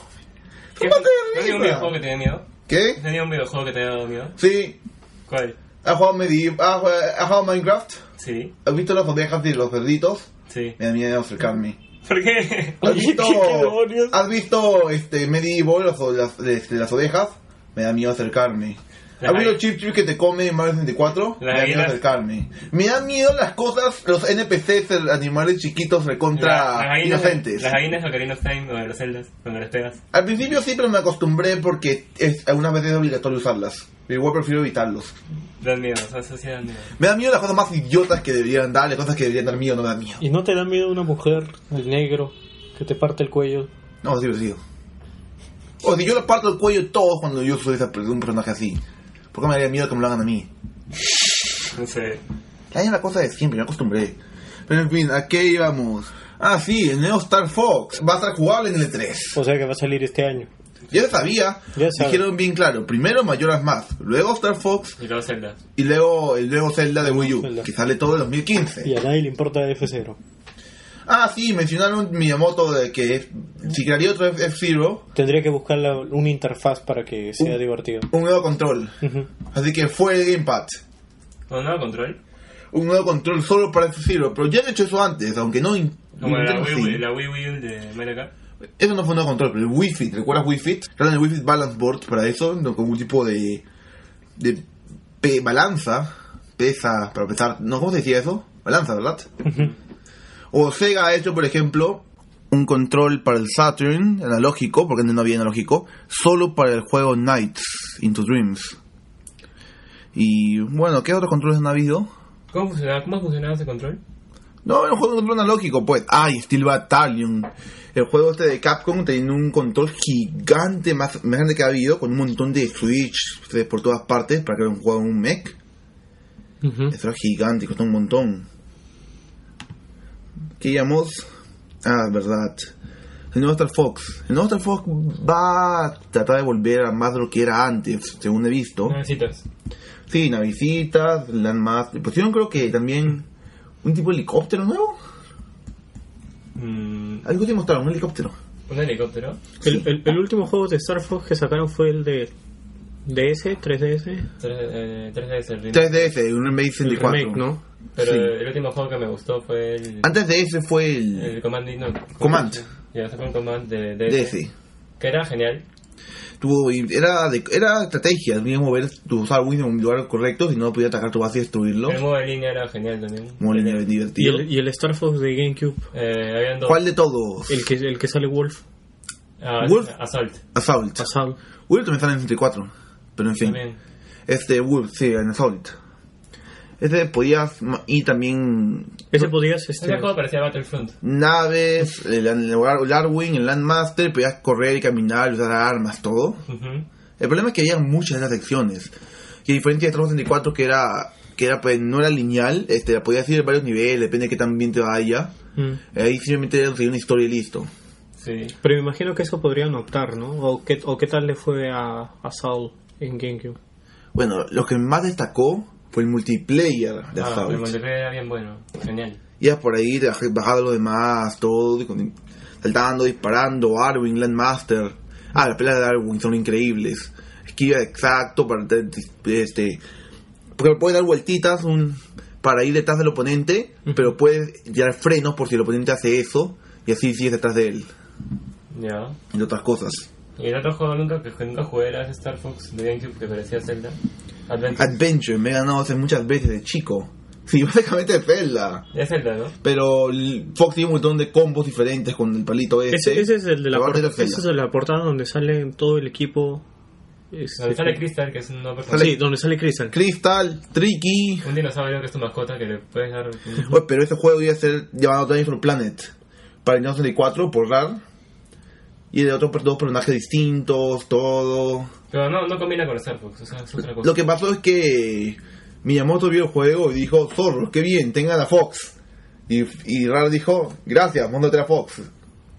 S3: ¿Qué,
S1: Tómate de
S3: ¿Has tenido un
S1: risa.
S3: videojuego que te dé miedo? ¿Has
S1: ¿Qué?
S3: tenido un videojuego que te haya dado miedo?
S1: Sí.
S3: ¿Cuál?
S1: ¿Has jugado, Medi- has jugado- has jugado Minecraft?
S3: Sí,
S1: ¿Has visto las ovejas y los perditos?
S3: sí.
S1: Me da miedo acercarme.
S3: ¿Por qué?
S1: ¿Has
S2: Oye,
S1: visto,
S2: ¿qué demonios?
S1: ¿has visto este, Medieval, las, las, este, las ovejas? Me da miedo acercarme.
S3: Las
S1: ¿Has visto
S3: águilas.
S1: Chip Chip que te come en Mario 64? Me
S3: Las
S1: da miedo
S3: águilas.
S1: acercarme. Me dan miedo las cosas, los NPCs, el- animales chiquitos
S3: La-
S1: recontra
S3: gallinas-
S1: inocentes.
S3: Las gallinas de Ocarina of Time o de los celdas, cuando les pegas.
S1: Al principio sí, pero me acostumbré porque es, algunas veces es obligatorio usarlas. Pero igual prefiero evitarlos.
S3: Dan miedo, o sea, eso sí dan miedo.
S1: Me dan miedo las cosas más idiotas que deberían dar, las cosas que deberían dar miedo no me dan miedo.
S2: ¿Y no te da miedo una mujer, el negro, que te parte el cuello?
S1: No, es divertido. O sea, yo le parto el cuello a todos cuando yo soy esa- un personaje así. ¿Por qué me daría miedo que me lo hagan a mí?
S3: No sé.
S1: Es una cosa de siempre, me acostumbré. Pero en fin, ¿a qué íbamos? Ah, sí, el Neo Star Fox va a estar jugable en el E3.
S2: O sea, que va a salir este año.
S1: Ya lo sabía,
S2: Ya sabe.
S1: dijeron bien claro, primero Mayoras Más, luego Star Fox
S3: Y luego Zelda.
S1: y luego el nuevo Zelda de Wii U,
S2: Zelda.
S1: que sale todo en 2015.
S2: Y a nadie le importa F0.
S1: Ah, sí, mencionaron Miyamoto de que es- si crearía otro F-Zero,
S2: Tendría que buscar la- una interfaz para que sea divertido.
S1: un nuevo control.
S2: Ujú.
S1: Así que fue el Gamepad.
S3: ¿Con nuevo control?
S1: un nuevo control solo para F-Zero, pero ya han hecho eso antes, aunque no... in-
S3: Como la
S1: Nintendo
S3: Wii,
S1: sí.
S3: Wii- la Wii Wheel de Mario Kart.
S1: Eso no fue un nuevo control, pero el Wii Fit, ¿recuerdas Wii Fit? Crearon el Wii Fit Balance Board para eso, ¿no? con un tipo de... de pe- balanza, pesa, para pesar... ¿No? ¿Cómo se decía eso? Balanza, ¿verdad? O Sega ha hecho, por ejemplo, un control para el Saturn, analógico, porque antes no había analógico, solo para el juego Nights Into Dreams. Y bueno, ¿qué otros controles han habido?
S3: ¿Cómo funcionaba, ¿Cómo funcionaba ese control?
S1: No, era un juego de control analógico, pues. Ay, Steel Battalion. El juego este de Capcom tenía un control gigante, más, más grande que ha habido, con un montón de switch ustedes por todas partes para crear un juego en un mech. Eso era gigante, costó un montón. ¿Qué llamamos? Ah, verdad. El nuevo Star Fox. El nuevo Star Fox va a tratar de volver a más de lo que era antes, según he visto.
S3: Navecitas.
S1: Sí, navicitas, land más. Le pusieron creo que también un tipo de helicóptero nuevo.
S3: Mm,
S1: Algo te mostraron, un helicóptero.
S3: un helicóptero.
S2: El, el- el último juego de Star Fox que sacaron fue el de DS, 3DS,
S3: 3, eh, 3DS, el remake.
S1: 3DS, un remake
S2: el
S1: 64.
S2: remake, ¿no?
S3: Pero
S1: sí.
S3: el último juego que me gustó fue el,
S1: Antes de ese fue
S2: Eh,
S1: el
S3: el Command. No,
S1: Command.
S3: Ya, ese fue un Command de DS.
S1: DS.
S3: Que era genial.
S1: Tuvo, y era, de- era estrategia, tenía que mover tu usar Windows en un lugar correcto, si no podía atacar tu base y destruirlo.
S3: El modo en línea era genial también.
S1: Muy lindo,
S2: eh, Y
S1: divertido.
S2: el, y el Star Fox de GameCube,
S3: Eh, habían dos.
S1: ¿Cuál de todos?
S2: el que, el que sale Wolf,
S3: Ah,
S1: Wolf?
S3: Assault.
S1: Assault.
S2: pasado.
S1: Wolf también sale en 64, pero en fin.
S3: También.
S1: Este, Wolf, sí, en Assault. Este podías, ma- y también
S2: Ese podías,
S3: Ese
S2: este,
S3: juego parecía Battlefront.
S1: naves, el, el, el Arwing, el Landmaster, podías correr y caminar, usar armas, todo.
S3: Ujú.
S1: El problema es que había muchas de esas secciones. Y diferente de Star Wars 64 que era que era pues, no era lineal, este la podías ir en varios niveles, depende de qué tan bien te vaya.
S2: mm.
S1: Ahí simplemente era seguir una historia y listo.
S3: Sí.
S2: pero me imagino que eso podrían optar, ¿no? O qué, o qué tal le fue a, a Saul en GameCube.
S1: Bueno, lo que más destacó fue el multiplayer de
S3: Ah, el
S1: Assault.
S3: multiplayer era bien bueno. Genial.
S1: Ibas por ahí, te baj- bajaba lo demás, todo, y con- saltando, disparando, Arwing, Landmaster. Ah, las peleas de Arwing son increíbles. Esquiva exacto para te- te- este porque puede dar vueltitas un, para ir detrás del oponente, pero puede tirar frenos por si el oponente hace eso y así sigues detrás de él,
S3: Ya.
S1: entre otras cosas.
S3: Y el otro juego nunca, que nunca jugué era ese Star Fox de GameCube que parecía Zelda. Adventure.
S1: Adventure, me he ganado hace muchas veces de chico. Sí, básicamente de Zelda.
S3: es Zelda, ¿no?
S1: Pero l- Fox tiene un montón de combos diferentes con el palito este. ese.
S2: Ese, ese es el de la,
S1: Pero ahora
S2: por-
S1: es de
S2: ese es
S1: Zelda.
S2: el de la portada donde sale todo el equipo. este,
S3: Donde sale Crystal, que es un nuevo personaje.
S2: Sí, donde sale Crystal.
S1: Crystal, Tricky.
S3: Un dinosaurio que es tu mascota que le puedes dar. un-
S1: Oye, pero ese juego iba a ser llamado Tiny for Planet para el Nintendo 64 por RAR. Y de otros per- dos personajes distintos, todo.
S3: Pero no, no combina con Star Fox, o sea, es
S2: Pues-
S3: otra cosa.
S1: Lo que pasó es que Miyamoto vio el juego y dijo, zorro, qué bien, tengan a Fox. Y, y RAR dijo, gracias, mándate a Fox.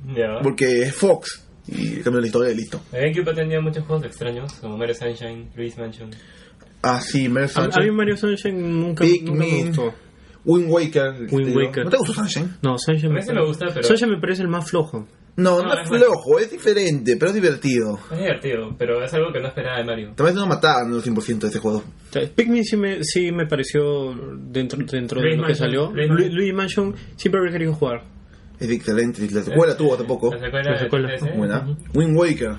S3: Ya.
S2: Ah.
S1: Porque es Fox. Y cambió la historia y listo.
S3: La GameCube ha tenido muchos juegos extraños, como Mario Sunshine, Luis Mansion.
S1: Ah, sí, Mary
S2: A, a mí
S1: Sunshine.
S2: Mario Sunshine nunca, nunca me
S1: Pikmin.
S2: gustó.
S1: Wind Waker.
S2: Wind
S1: digo.
S2: Waker.
S1: ¿No te gustó Sunshine?
S2: No, Sunshine
S3: A mí sí me gusta, pero-
S2: Sunshine me parece el más flojo.
S1: No, no,
S3: No,
S1: es
S3: es bueno.
S1: flojo, es diferente, pero es divertido.
S3: Es divertido, pero es algo que no esperaba de Mario.
S1: También no mataban el 100% de ese juego.
S2: Pikmin sí me, sí me pareció dentro, dentro de
S3: Luigi
S2: lo que
S3: Mansion,
S2: salió.
S3: Luigi
S2: Lu-
S3: Mansion.
S2: Luigi Mansion siempre habría querido jugar.
S1: Es excelente, la secuela tuvo tampoco.
S3: La secuela,
S2: La secuela,
S3: de 3DS,
S1: Buena. Wind Waker.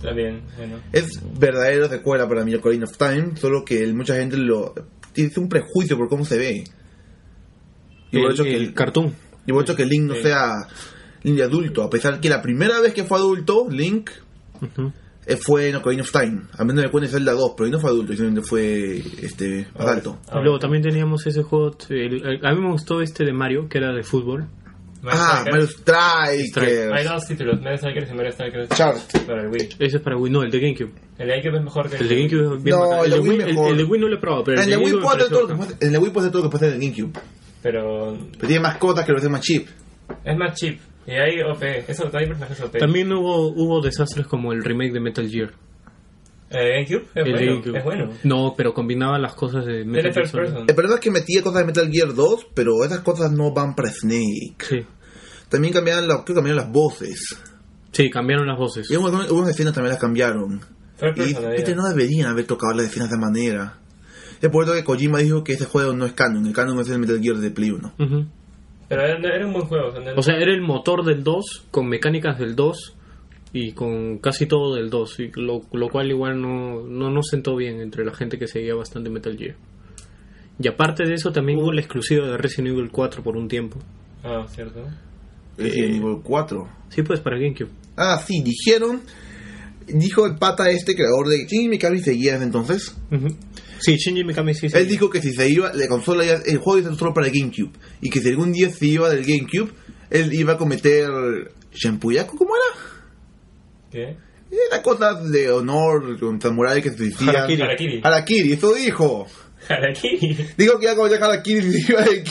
S3: También, bueno.
S1: Es verdadero secuela para mí, Ocarina of Time, solo que el- mucha gente lo... Tiene un prejuicio por cómo se ve. Y por
S2: el,
S1: hecho que
S2: el cartoon.
S1: Y por hecho que Link no sea Link de adulto, a pesar que la primera vez que fue adulto, Link
S2: Ujú.
S1: eh, fue en Ocarina of Time. A menos me cuenta Zelda 2, pero ahí no fue adulto, sino que fue este,
S2: Oh,
S1: más alto.
S3: Ah,
S2: Luego también teníamos ese juego. el- el- a mí me gustó este de Mario, que era de fútbol.
S3: Mario
S1: Ah,
S3: Strikers.
S1: Mario
S3: Hay
S1: Strikers.
S3: dos títulos, Mario Strikers y Mario Strikers.
S1: Chart.
S3: Para el Wii.
S2: Ese es para Wii, no, el de GameCube.
S3: El de GameCube es mejor que
S2: El de GameCube es bien
S1: No,
S2: bacán.
S1: el de Wii
S2: el,
S1: mejor.
S2: el de Wii no lo he probado, pero
S1: En
S2: el de
S1: la
S2: Wii
S1: Wii
S2: me
S1: puede hacer
S2: pareció
S1: todo lo que
S2: bacán.
S1: puede- en la Wii puede hacer todo lo que puede hacer en el GameCube.
S3: Pero
S1: Pero tiene más cotas que los demás chip.
S3: es más cheap. Y hay OP. Eso, hay personajes OP.
S2: También hubo, hubo desastres como el remake de Metal Gear.
S3: Eh, GameCube es
S2: el de
S3: bueno.
S2: GameCube.
S3: Es bueno.
S2: No, pero combinaba las cosas de
S3: Él
S2: Metal Gear
S3: es first
S2: Solid.
S3: person.
S1: El problema es que metía cosas de Metal Gear 2, pero esas cosas no van para Snake.
S2: Sí.
S1: También cambiaron, la, creo que cambiaron las voces.
S2: sí, cambiaron las voces.
S1: Y hubo hubo unas escenas también las cambiaron.
S3: First
S1: Y
S3: person.
S1: este
S3: había.
S1: no deberían haber tocado las escenas de esa manera. Es por eso que Kojima dijo que este juego no es canon, el canon es el Metal Gear de Play 1.
S2: Ujú.
S3: Pero era, era un buen juego. O sea, no-
S2: O sea, era el motor del 2, con mecánicas del 2 y con casi todo del 2, y lo, lo cual igual no, no nos sentó bien entre la gente que seguía bastante Metal Gear. Y aparte de eso, también hubo la exclusiva de Resident Evil 4 por un tiempo.
S3: Ah, cierto.
S1: Resident Evil 4.
S2: Sí, pues para GameCube.
S1: Eh, Ah, sí, dijeron. Dijo el pata este, creador de Shin Mikami, seguía desde entonces.
S2: Ujú. Sí, Shinji Mikami sí. sí.
S1: Él dijo que si se iba, la consola ya- el juego iba a ser solo para GameCube. Y que si algún día se iba del GameCube, él iba a cometer. ¿Shenpuyaku? ¿Cómo era?
S3: ¿Qué?
S1: Era cosas de honor, con samurai que se suicidan.
S2: Harakiri.
S3: Harakiri.
S1: Harakiri, eso dijo.
S3: Harakiri.
S1: Dijo que iba a cometer Harakiri y iba de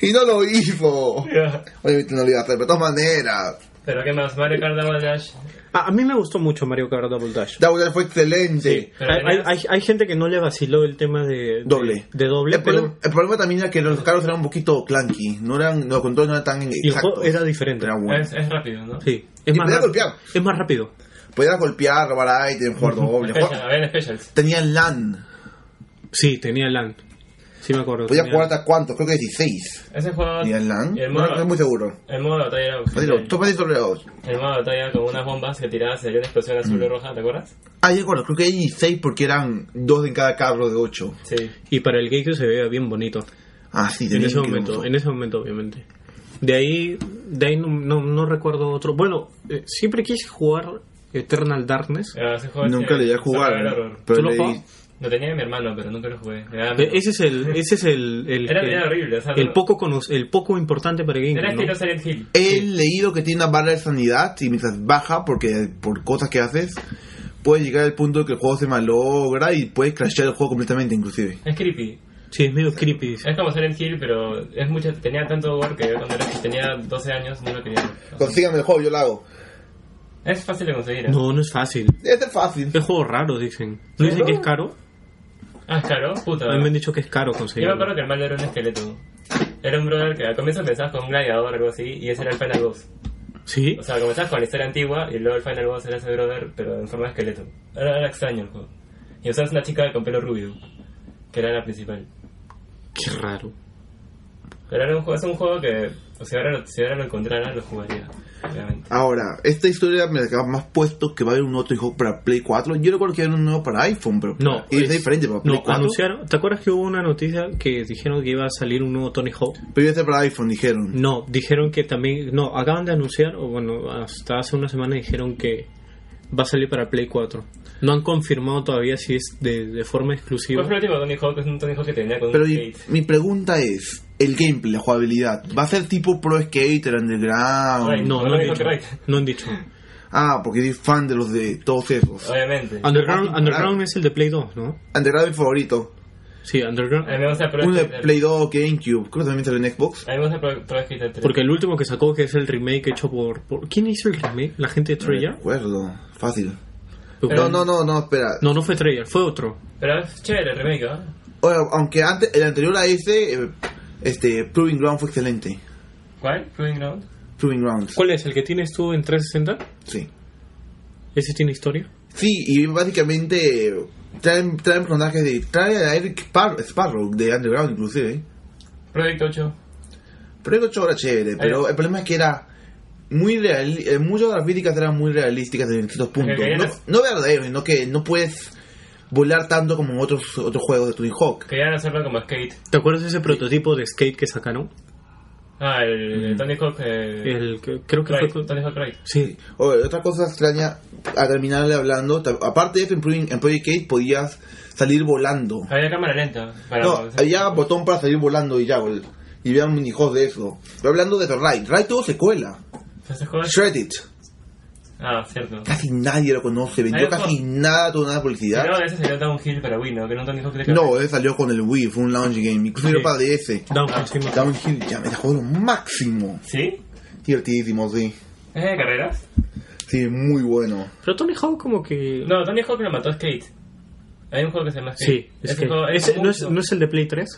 S1: Y no lo hizo.
S3: Ya.
S1: Obviamente no lo iba a hacer, pero de todas maneras.
S3: Pero qué más, Mario Kart Double Dash.
S2: A, a mí me gustó mucho Mario Kart Double Dash.
S1: Double Dash fue excelente.
S3: Pero
S2: hay, hay,
S3: tenías-
S2: hay- hay gente que no le vaciló el tema de
S1: Doble.
S2: De, de doble,
S1: el,
S2: pero
S1: problema, el problema también era que los carros eran un poquito clunky. No eran, los controles no eran tan
S2: y el juego
S1: exactos.
S2: era diferente.
S1: Era bueno.
S3: Es, es rápido, ¿no?
S2: Sí,
S1: Y
S2: es más,
S1: podía
S2: rápido.
S1: golpear.
S2: es más rápido.
S1: Podías golpear, robar ítems, jugar doble.
S3: Special,
S1: jugar-
S3: habían specials.
S1: Tenía LAN.
S2: Sí, tenía LAN. Sí, me acuerdo.
S1: Podías
S2: tenía
S1: jugar hasta cuántos, creo que 16.
S3: Ese juego.
S1: ¿Y el LAN?
S3: y el
S1: no
S3: modo,
S1: estoy muy seguro.
S3: el modo de batalla era.
S1: Pero, Tú pediste sobre dos.
S3: El modo de batalla con unas bombas que tirabas sería una explosión azul
S2: Mm.
S3: o roja, ¿te acuerdas?
S1: Ah, yo recuerdo, creo que hay 16 porque eran dos en cada carro de 8.
S3: Sí.
S2: Y para el GameCube se veía bien bonito.
S1: Ah, sí,
S2: En
S1: tenía
S2: ese
S1: que-
S2: momento, en ese momento, obviamente. De ahí, de ahí no, no, no recuerdo otro. Bueno, eh, siempre quise jugar Eternal Darkness.
S3: Ah, ese juego
S1: Nunca le
S3: llegué
S1: llegué a jugar.
S3: Lo
S1: Pero
S2: ¿Tú lo
S1: le-
S2: jugabas?
S3: tenía mi hermano, pero nunca lo jugué. Me daba
S2: Eh,
S3: miedo.
S2: Ese es el, ese es el, el,
S3: Era-
S2: el-
S3: era horrible, o sea,
S2: el
S3: no-
S2: poco cono- el poco importante para
S3: Era
S2: GameCube.
S3: estilo
S2: ¿no?
S3: Silent Hill.
S1: He leído que tiene una barra de sanidad y mientras baja porque por cosas que haces, puede llegar al punto de que el juego se malogra y puede crashear el juego completamente inclusive.
S3: Es creepy.
S2: Sí, es medio creepy.
S3: Es como Silent Hill, pero es mucho, tenía tanto gore que yo cuando era- tenía 12 años no lo quería. ver. O sea,
S1: Consígame el juego, yo lo hago.
S3: es fácil de conseguir. ¿eh?
S2: No, no es fácil.
S1: Debe ser fácil.
S2: Es juego raro, dicen. ¿No dicen que es caro?
S3: Ah, claro, puta.
S2: A mí me han dicho que es caro
S3: Yo me
S2: conseguirlo.
S3: acuerdo que el malo era un esqueleto. Era un brother que al comienzo empezabas con un gladiador o algo así, y ese era el final boss.
S2: Sí,
S3: O sea, comenzabas con la historia antigua y luego el final boss era ese brother, pero en forma de esqueleto. Era, era extraño el juego. Y usabas una chica con pelo rubio, que era la principal.
S2: qué raro.
S3: Pero era un, juego- es un juego que, o sea, ahora, lo- si ahora lo encontrara, lo jugaría, obviamente.
S1: Ahora, esta historia me la más puesto que va a haber un otro juego para Play 4. Yo recuerdo que era un nuevo para iPhone, pero
S2: No,
S1: es, diferente para Play
S2: no,
S1: 4.
S2: anunciaron. ¿Te acuerdas que hubo una noticia que dijeron que iba a salir un nuevo Tony Hawk?
S1: Pero iba a ser para iPhone, dijeron.
S2: No, dijeron que también. No, acaban de anunciar, o bueno, hasta hace una semana dijeron que va a salir para Play 4. No han confirmado todavía si es de, de forma exclusiva.
S3: ¿Cuál fue el último Tony Hawk? Es un Tony Hawk que tenía con
S1: Pero
S3: un
S1: mi,
S3: skate.
S1: mi pregunta es, el gameplay, la jugabilidad, ¿va a ser tipo Pro Skater, Underground?
S3: Right.
S2: No,
S3: No
S2: no
S3: lo
S2: han
S3: dijo
S2: dicho.
S3: Craig.
S2: No han dicho.
S1: Ah, porque soy fan de los de todos esos.
S3: Obviamente.
S2: Underground, Underground es el de Play 2, ¿no?
S1: Underground es mi favorito.
S2: Sí,
S3: A mí
S2: Underground.
S3: me gusta Pro
S1: Uno de
S2: este,
S3: Skater.
S1: Play 2, GameCube, creo que también salió en Xbox.
S3: A mí me gusta Pro, Pro Skater 3.
S2: Porque el último que sacó, que es el remake hecho por. por- ¿Quién hizo el remake? ¿La gente de
S1: No
S2: Treyarch?
S1: recuerdo, fácil.
S2: Pero-
S1: No, no, no, no, espera.
S2: No, no fue Treyarch, fue otro.
S3: Pero es chévere el remake, ¿ah?
S1: Ahora, aunque antes, el anterior a ese, eh, este, Proving Ground fue excelente.
S3: ¿Cuál? Proving Ground.
S1: Proving Ground,
S2: ¿Cuál es? ¿El que tienes tú en 360?
S1: sí.
S2: ¿Ese tiene historia?
S1: Sí, y básicamente eh, traen, traen personajes de... Trae a Eric Spar- Sparrow, de Underground inclusive. ¿eh?
S3: Project 8.
S1: Pero era 8 horas chévere, pero el problema es que era muy real, eh, muchas de las críticas eran muy realísticas en distintos puntos.
S3: que
S1: No,
S3: eres-
S1: no verdaderos, sino que no puedes volar tanto como en otros otros juegos de Tony Hawk.
S3: Querían hacerlo como skate.
S2: ¿Te acuerdas de ese prototipo de skate que sacaron?
S3: Ah, el, el Tony Hawk. Eh,
S2: El que- creo que
S3: Craig,
S2: fue con-
S3: Tony Hawk Craig.
S2: Sí,
S1: Oye, otra cosa extraña, a terminarle hablando, ta- aparte de eso, en Project en Project Cake podías salir volando.
S3: Había cámara lenta. Para
S1: No, había botón para salir volando y ya, bol- y había minijuegos de eso. Pero hablando de The Ride, Ride tuvo secuela,
S3: ¿Ese juego?
S1: Shred It.
S3: Ah, cierto.
S1: Casi nadie lo conoce, vendió
S3: Ahí lo
S1: casi nada, tuvo nada de
S3: Y
S1: publicidad.
S3: luego de ese salió Downhill para Wii, ¿no? Que no Tony Hawk de
S1: No, ese salió con el Wii, fue un launch game, inclusive
S2: Sí.
S1: para DS.
S2: Down encima.
S1: Downhill Jam, ese juego era lo máximo.
S3: ¿Sí?
S1: Divertidísimo, sí.
S3: ¿Es de carreras?
S1: Sí, muy bueno.
S2: Pero Tony Hawk como que...
S3: No, Tony Hawk lo mató Skate. Hay un juego que se llama Skate.
S2: Sí, es
S3: Ese
S2: que...
S3: juego
S2: ese no, es,
S3: mucho-
S2: ¿No es el de Play 3?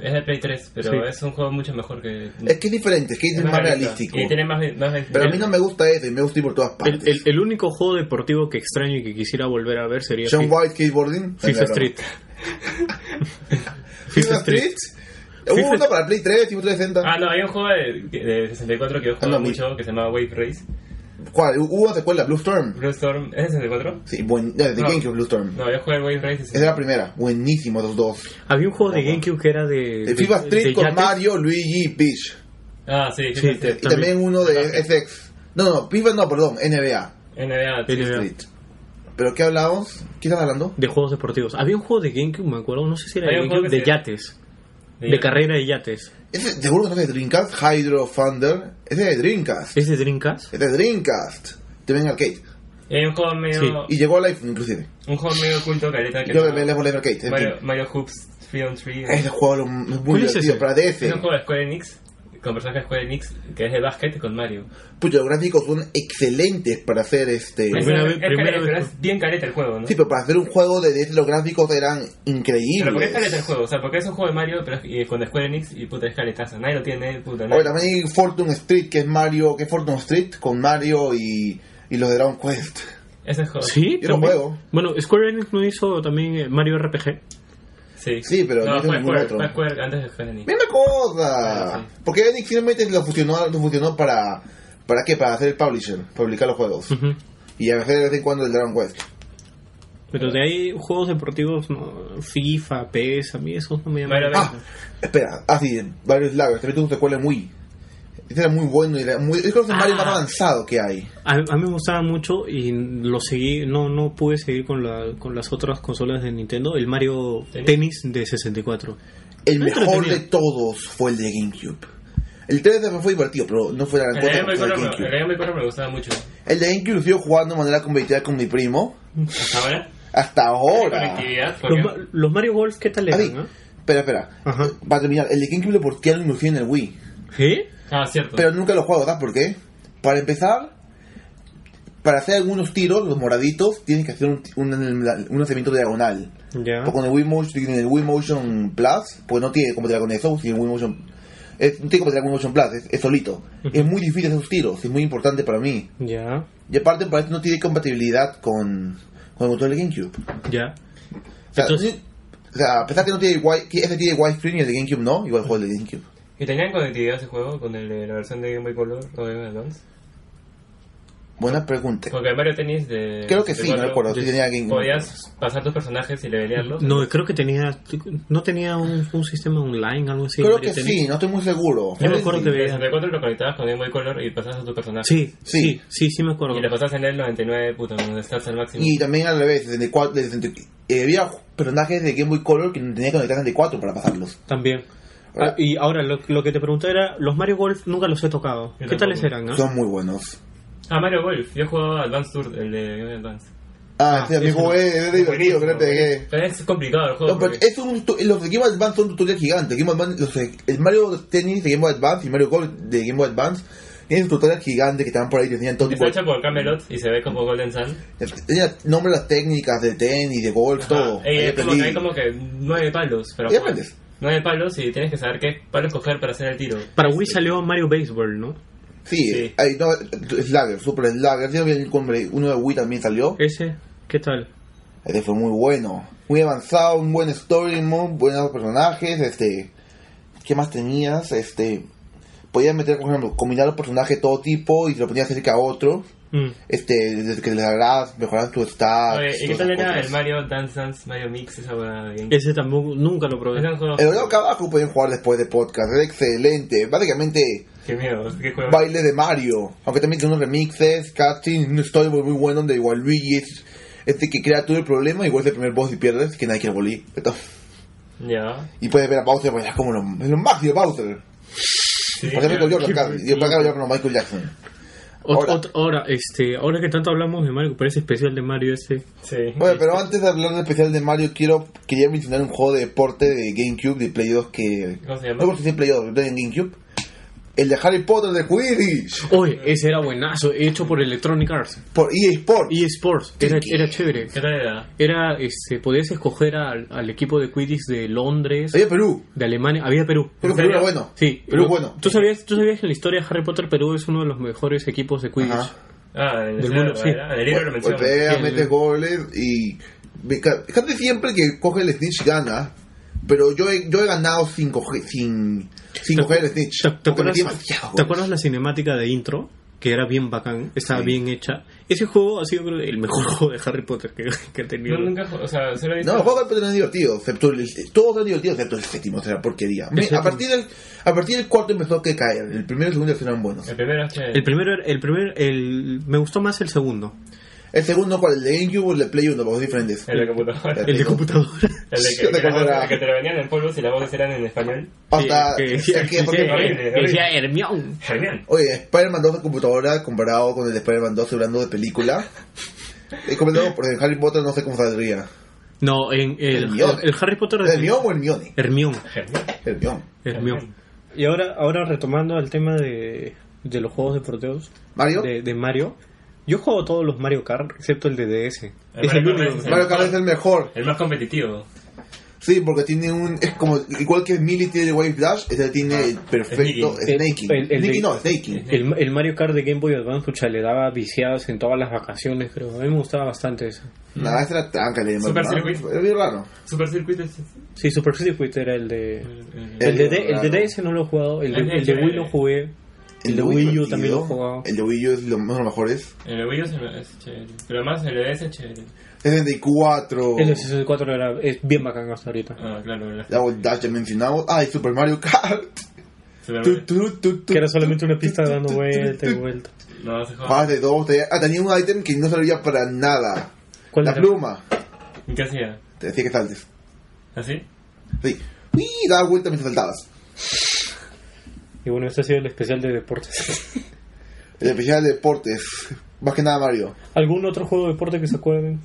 S3: es de Play 3, pero
S2: Sí.
S3: es un juego mucho mejor que.
S1: Es que es diferente, es que es más
S3: realista.
S1: realístico.
S3: Y tiene más. más
S1: Pero a mí no me gusta ese, me gusta ir por todas partes.
S2: El, el- el único juego deportivo que extraño y que quisiera volver a ver sería
S1: John
S2: Fi-
S1: White Skateboarding.
S2: FIFA
S1: Claro.
S2: Street.
S1: FIFA Street. Hubo
S2: FIFA-
S1: uno para Play 3, tipo 360.
S3: Ah, no, hay un juego de, de 64 que yo
S1: Ah,
S3: jugaba
S1: no, mi-
S3: mucho que se llama Wave Race.
S1: ¿Cuál? Hubo una secuela, Blue Storm.
S3: Blue Storm, ¿es de 64?
S1: Sí, buen, de
S3: No.
S1: GameCube Blue Storm.
S3: No, yo jugué Wave Race.
S1: Esa es la primera, buenísimo los dos.
S2: Había un juego de
S1: Ajá.
S2: GameCube que era de...
S1: El
S2: de-
S1: FIFA
S2: de
S1: Street con
S2: yates.
S1: Mario, Luigi y Peach.
S3: Ah, sí,
S2: Sí,
S3: sí, sí.
S1: Y también uno de SX. No, no, FIFA no, perdón, NBA.
S3: NBA, sí.
S2: NBA.
S1: Street. ¿Pero qué hablamos? ¿Qué estás hablando?
S2: De juegos deportivos. Había un juego de GameCube, me acuerdo, no sé si era
S3: Hay
S2: de
S3: un juego
S2: GameCube,
S3: que
S2: de
S3: se-
S2: yates. De carrera de yates.
S1: Ese, seguro que no es de Dreamcast, Hydro Thunder. Ese es de Dreamcast.
S2: ¿Es de Dreamcast?
S1: Es de Dreamcast. Te ven arcade.
S3: Y hay un juego medio,
S2: Sí.
S1: Y llegó al iPhone, inclusive.
S3: un juego medio oculto, careta, que
S1: Yo
S3: se
S1: me le
S3: llama
S1: volé en arcade. en
S3: Mario,
S1: fin.
S3: Mario Hoops 3 on 3.
S1: Ese juego lo- es muy
S2: ¿Cuál es
S1: divertido
S2: ese?
S1: para
S3: Es un
S1: DS.
S3: juego de Square Enix con personajes de Square Enix, que es de básquet con Mario.
S1: Pues los gráficos son excelentes para hacer este.
S3: Es,
S2: Primera
S3: Eh, es
S2: vez-
S3: careta,
S2: primera vez-
S3: pero es bien careta el juego, ¿no?
S1: Sí, pero para hacer un juego de 10 los gráficos eran increíbles.
S3: pero ¿por qué es careta el juego? O sea, porque es un juego de Mario pero es- y con Square Enix y puta, es caretazo. Nadie lo tiene, puta,
S1: Oye,
S3: nadie.
S1: también hay Fortune Street, que es Mario, que es Fortune Street con Mario y, y los de Dragon Quest.
S3: Ese es juego.
S2: Sí,
S1: Yo lo
S2: también.
S1: juego.
S2: Bueno, Square Enix no hizo también eh, Mario RPG.
S3: Sí.
S1: Sí, pero no
S3: no,
S1: hizo
S3: fue
S1: ningún
S3: Square,
S1: otro.
S3: fue Square antes de Square Enix.
S1: ¡Misma cosa!
S3: Ah, sí.
S1: Porque Enix finalmente lo fusionó, lo fusionó para. ¿Para qué? Para hacer el publisher, publicar los juegos.
S2: Ujú.
S1: Y a veces de vez en cuando el Dragon Quest.
S2: Pero de ahí juegos deportivos, no, FIFA, PES, a mí esos no me llaman.
S3: Mario
S2: la
S1: Ah,
S3: Bueno.
S1: espera, ah, sí, varios lagos. También tuvo un secuela muy. Este era muy bueno y era muy. Es que es el Mario más avanzado que hay.
S2: A, a mí me gustaba mucho y lo seguí, no no pude seguir con, la, con las otras consolas de Nintendo, el Mario Tennis de 64.
S1: El
S2: No
S1: mejor de
S2: entretenido.
S1: todos fue el de GameCube. El 3D fue divertido, pero no fue la gran
S3: El
S1: cosa.
S3: Game
S1: porque
S3: Boy
S1: fue de
S3: Color me-
S1: GameCube.
S3: el Game Boy Color me gustaba mucho.
S1: El de GameCube lo sigo jugando de manera competitiva con mi primo.
S3: Hasta ahora.
S1: Hasta ahora.
S3: Conectividad. porque-
S2: Los, ma- los Mario Golf, ¿qué tal
S1: A
S2: eran?
S1: ver,
S2: ¿eh?
S1: espera, espera.
S2: Ajá.
S1: Para terminar, el de GameCube lo portearon inclusive en el Wii.
S2: ¿Qué?
S3: Ah, cierto.
S1: Pero nunca lo juego, ¿sabes por qué? Para empezar, para hacer algunos tiros, los moraditos, tienes que hacer un, un, un lanzamiento diagonal.
S2: Ya.
S1: Porque con Pues el Wii Motion, en el Wii Motion Plus, pues no tiene que competir con eso, si el Wii Motion, es, no tiene que competir con el Wii Motion Plus, es, es solito. Es muy difícil esos tiros, es muy importante para mí.
S2: Ya,
S1: Y aparte, para esto no tiene compatibilidad con, con el control de GameCube.
S2: ya.
S1: O sea,
S2: Entonces-
S1: o sea, a pesar que no tiene wi- que ese tiene wide screen y el de GameCube no, igual juego el de GameCube.
S3: ¿Y tenían conectividad ese juego con el de la versión de Game Boy Color o Game Boy Advance?
S1: Buena pregunta.
S2: Pues,
S3: Porque el Mario Tennis de.
S1: Creo que sí, no
S3: 64,
S1: recuerdo. Sí tenía GameCube.
S3: Podías pasar tus personajes y levelearlos.
S2: No, creo que tenía, no tenía un, un sistema online, algo así.
S1: Creo
S2: Mario
S1: que
S2: Tennis.
S1: sí, no estoy muy seguro.
S2: Yo me acuerdo
S1: Sí.
S2: que
S3: El
S2: veía.
S3: 64 lo conectabas con Game Boy Color y pasabas a tu personaje.
S2: Sí,
S1: Sí.
S2: sí, sí, sí, me acuerdo.
S3: Y le pasabas en el 99, puta, donde estás al máximo.
S1: Y también al revés, desde cua- desde- eh, había personajes de Game Boy Color que tenía que conectar de 4 para pasarlos.
S2: También. Ah, y ahora, lo, lo que te pregunté era, los Mario Golf nunca los he tocado.
S3: Yo
S2: ¿Qué tales
S3: tampoco.
S2: eran? no?
S1: Son muy buenos.
S3: Ah, Mario Golf. Yo jugaba Advance Tour, el de Game Boy Advance.
S1: Ah, sí, amigo, es, es divertido, créete que...
S3: Pero es complicado el juego.
S1: eh. No, pero
S3: porque-
S1: es un tu- los de Game Boy Advance son un tutorial gigante. Game Boy Advance- los de- el Mario Tennis de Game Boy Advance y Mario Golf de Game Boy Advance tienen un tutorial gigante que estaban por ahí, que tenían todo tipo de
S3: Está hecho por Camelot y se ve como Golden Sun.
S1: Ella nombra las técnicas de tenis, de golf, todo.
S3: Ah, y
S1: Ahí
S3: es como que hay
S1: aprendí.
S3: como que nueve palos. Pero
S1: Ahí aprendes.
S3: Nueve palos y tienes que saber qué palos coger para hacer el tiro.
S2: Para Wii salió Mario Baseball, ¿no?
S1: Sí,
S3: sí.
S1: hay no, Slugger, Super Slugger. sí, había un hombre, Uno de Wii también salió.
S2: Ese, ¿qué tal?
S1: Este fue muy bueno. Muy avanzado, un buen story, muy buenos personajes. Este, ¿Qué más tenías? Este, podías meter, por ejemplo, combinar los personajes de todo tipo y te lo ponías cerca a otro.
S2: Mm.
S1: Este, desde que le harás, mejoras tu stats.
S3: Oye, ¿Y qué
S1: todas esas
S3: tal era el
S1: Ah, cosas.
S3: Mario Dance Dance, Mario Mix, esa hueá de Game
S2: Ese tampoco, nunca lo probé.
S3: Eran juegos-
S1: El video acá abajo pueden jugar después de podcast. Es excelente. Básicamente.
S3: Qué miedo, qué juego.
S1: baile de Mario. Aunque también tiene unos remixes, casting, una historia muy, muy buena donde igual Luigi es este que crea todo el problema, igual es el primer boss y pierdes, que nadie quiere morir. Entonces,
S3: Ya.
S1: Y puedes ver a Bowser bailar como lo, es lo máximo Bowser.
S3: Sí,
S1: Por ejemplo,
S3: ya.
S1: yo casi. Yo para hablar con Michael Jackson.
S2: Ot-
S1: Ahora.
S2: ot- ahora, este, ahora que tanto hablamos de Mario, parece especial de Mario ese.
S3: Sí.
S1: Bueno, pero antes de hablar del especial de Mario, quiero quería mencionar un juego de deporte de GameCube, de Play 2 que...
S3: ¿Cómo se llama?
S1: No porque sí, Play 2, de GameCube. El de Harry Potter de Quidditch
S2: Oye, ese era buenazo, hecho por Electronic Arts.
S1: por EA Sports.
S2: E eSports, era, era chévere.
S3: ¿Qué tal era?
S2: Era, este, podías escoger al, al equipo de Quidditch de Londres,
S1: Oye, Perú.
S2: de Alemania, había Perú.
S1: Perú, Perú era bueno.
S2: Sí,
S1: Perú
S2: lo-
S1: bueno.
S2: ¿tú sabías, ¿Tú sabías que en la historia de Harry Potter Perú es uno de los mejores equipos de Quidditch?
S1: Ajá.
S3: Ah, en el,
S2: Del
S3: libro,
S2: mundo, sí.
S3: ¿verdad? En el libro lo menciona.
S1: golpea,
S2: Sí,
S1: metes
S2: el-
S1: goles y me ca- casi siempre que coge el Snitch gana, pero yo he, yo he ganado sin coger, sin, sin
S2: ¿Te-
S1: coger el Snitch.
S2: ¿Te, te
S1: porque metí
S2: acuerdas,
S1: demasiado
S2: te
S1: goles.
S2: acuerdas la cinemática de intro? Que era bien bacán, estaba bien hecha. Ese juego ha sido creo, el mejor juego de Harry Potter que, que he tenido.
S3: Yo nunca, ju- o sea, solo he visto.
S1: No, los juegos del Petro no es divertido, excepto el- todos son divertidos, excepto el séptimo, o sea, porquería. Me- a,
S2: séptimo.
S1: partir del, a partir del cuarto empezó a caer, el primero y el segundo y el tercero eran buenos.
S3: El primero es que.
S2: El primero, era- el primer, el, me gustó más el segundo,
S1: El segundo, ¿cuál? ¿El de GameCube o el de Play 1? Los dos diferentes.
S3: El de computadora.
S2: el de
S1: Digo,
S2: computadora.
S3: El de
S1: Yo
S3: que,
S1: te
S3: que la voz-
S1: acordaba.
S3: que te lo vendían en polvos y las voces eran en español.
S1: Hasta...
S2: que
S1: Ah, sí,
S2: decía,
S1: aquí, ¿por qué?
S2: que decía-
S3: Horrible,
S2: que decía
S3: horrible.
S2: Hermión.
S3: Genial.
S1: Oye, Spider-Man 2 de computadora comparado con el de Spider-Man 2 hablando de película. He comentado por Harry Potter, no sé cómo saldría.
S2: No, en el,
S1: Hermione.
S2: el Harry Potter de
S1: ¿Hermión o Hermione?
S2: Hermión.
S3: Genial.
S1: Hermión.
S2: Hermión. Y ahora, ahora retomando el tema de, de los juegos de porteos
S1: ¿Mario?
S2: de, de Mario, yo juego todos los Mario Kart, excepto el de DS.
S3: El
S2: es
S3: Mario
S2: el
S3: Kart
S2: único.
S3: es
S1: Mario Kart es el mejor.
S3: El más competitivo.
S1: Sí, porque tiene un. Es como. Igual que Millie tiene Wave Dash, este tiene el perfecto
S3: Sneaking.
S1: Snaking.
S2: Ah, El- el-
S1: Sneaking
S2: el-
S1: no, Snaking.
S2: El, el Mario Kart de Game Boy Advance, pucha, le daba viciadas en todas las vacaciones, creo. A mí me gustaba bastante eso.
S1: Nada, esta era tanca, le
S3: Super
S1: llamaban, ¿no?
S3: Circuit.
S1: Era bien raro.
S3: Super circuito es.
S2: Sí, Super Circuit era
S1: Eh,
S2: el de...
S3: el-
S2: El de, D-
S1: Claro.
S2: el de DS no lo he jugado, el de, el de Wii lo jugué, el de Wii U también lo he jugado.
S1: El de Wii U es lo mejor, mejor es.
S3: El Wii U es, es chévere. Pero más el DS es chévere.
S1: 64.
S2: El de 64 era, es bien bacán hasta ahorita.
S3: Ah, claro, la-
S1: La Wave Dash ya mencionamos. Ah, y Super Mario Kart.
S3: Super
S1: Tu, tu, tu, tu,
S2: Que era solamente
S1: tu,
S2: una
S1: tu,
S2: pista
S1: tu,
S2: dando
S1: tu, tu,
S2: vuelta y
S1: tu.
S2: vuelta.
S3: No, se joda.
S1: Más de dos. tenía- Ah, tenía un ítem que no servía para nada.
S2: ¿Cuál
S1: La
S2: era?
S1: pluma.
S3: ¿Y qué hacía?
S1: Te decía que saltes.
S3: ¿Así?
S1: Sí. Uy, daba vuelta mientras saltabas.
S2: Y bueno, este ha sido el especial de deportes.
S1: El especial de deportes. Más que nada Mario.
S2: ¿Algún otro juego de deporte que se acuerden?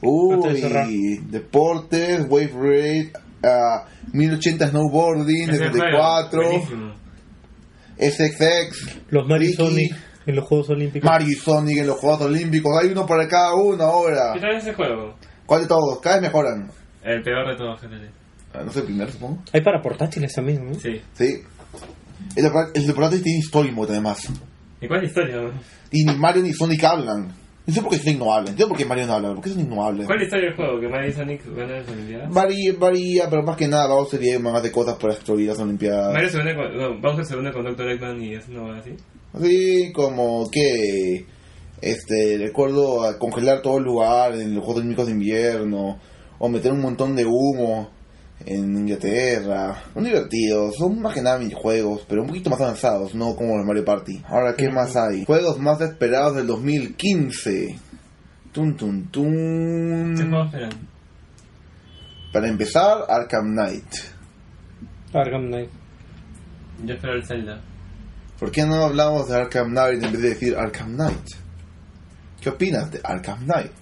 S2: Antes de cerrar.
S1: Uy, deportes, wave raid, ah, 1080 snowboarding,
S3: Ese juego,
S1: 74,
S3: buenísimo.
S1: SXX,
S2: Los Mario y
S1: Ricky,
S2: Sonic en los Juegos Olímpicos.
S1: Mario y Sonic en los Juegos Olímpicos. Hay uno para cada uno
S3: ¿Qué
S1: ahora.
S3: tal es ese juego?
S1: ¿Cuál de todos? Cada vez mejoran.
S3: El peor de todos, gente.
S1: Ah, no sé, el primero supongo.
S2: Hay para portátiles también, ¿no?
S3: Sí.
S1: Sí. El, de- el de portátil tiene story mode además.
S3: ¿Y cuál es la historia? no?
S1: Y ni Mario ni Sonic hablan. No sé por qué Sonic no habla. Entiendo por qué Mario no habla. ¿Por qué Sonic no habla?
S3: ¿Cuál es la historia del juego? ¿Que Mario y Sonic van a las Olimpiadas?
S1: Varía, varía, pero más que nada, vamos a hacer más de cosas para destruir las Olimpiadas.
S3: Mario se une con... No, Bowser se une con Dr. Eggman y eso no va así.
S1: Mm. Sí, como que este recuerdo a congelar todo el lugar en los Juegos Olímpicos de Invierno o meter un montón de humo en Inglaterra. Son divertidos, son más que nada minijuegos, pero un poquito más avanzados, no como el Mario Party. Ahora, ¿qué más hay? Juegos más esperados del 2015. Tun tun
S3: ¿Qué juego
S1: tun.
S3: esperan?
S1: Para empezar, Arkham Knight.
S2: Arkham Knight.
S3: Yo espero el Zelda.
S1: ¿Por qué no hablamos de Arkham Knight en vez de decir Arkham Knight? ¿Qué opinas de Arkham Knight?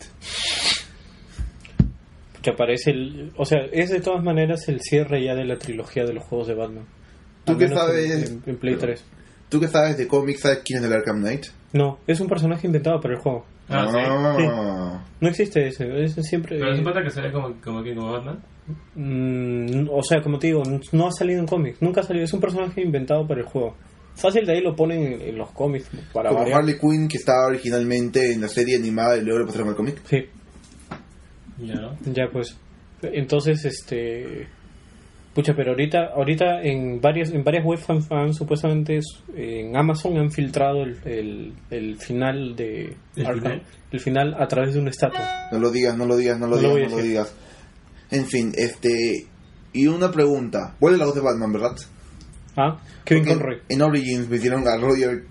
S2: Que aparece el... O sea, es de todas maneras el cierre ya de la trilogía de los juegos de Batman.
S1: ¿Tú
S2: Al
S1: qué
S2: menos en-
S1: sabes?
S2: En, en Play 3.
S1: ¿Tú que sabes de cómics sabes quién es el Arkham Knight?
S2: No, es un personaje inventado para el juego.
S3: Ah, sí.
S1: Ah.
S2: No existe ese, ese siempre...
S3: Pero es un pata que sale como, como que como Batman.
S2: Mm, o sea, como te digo, no ha salido en cómics, nunca ha salido, es un personaje inventado para el juego. Fácil de ahí lo ponen en, en los cómics para
S1: Como
S2: variar.
S1: Harley Quinn que estaba originalmente en la serie animada y luego lo pasaron al cómic.
S2: Sí,
S3: Ya, ¿no?
S2: ya pues. Entonces, este pucha, pero ahorita ahorita en varias en varias webs han, han supuestamente es- en Amazon han filtrado el, el, el final de
S3: ¿El
S2: Arkham-
S3: final?
S2: el final a través de una estatua.
S1: No lo digas, no lo digas, no lo
S2: No lo
S1: digas, no
S2: voy a
S1: lo
S2: decir.
S1: digas. En fin, este... Y una pregunta. ¿Cuál es la voz de Batman, verdad?
S2: Ah, Kevin
S1: Porque
S2: Conroy.
S1: En Origins me hicieron a Roger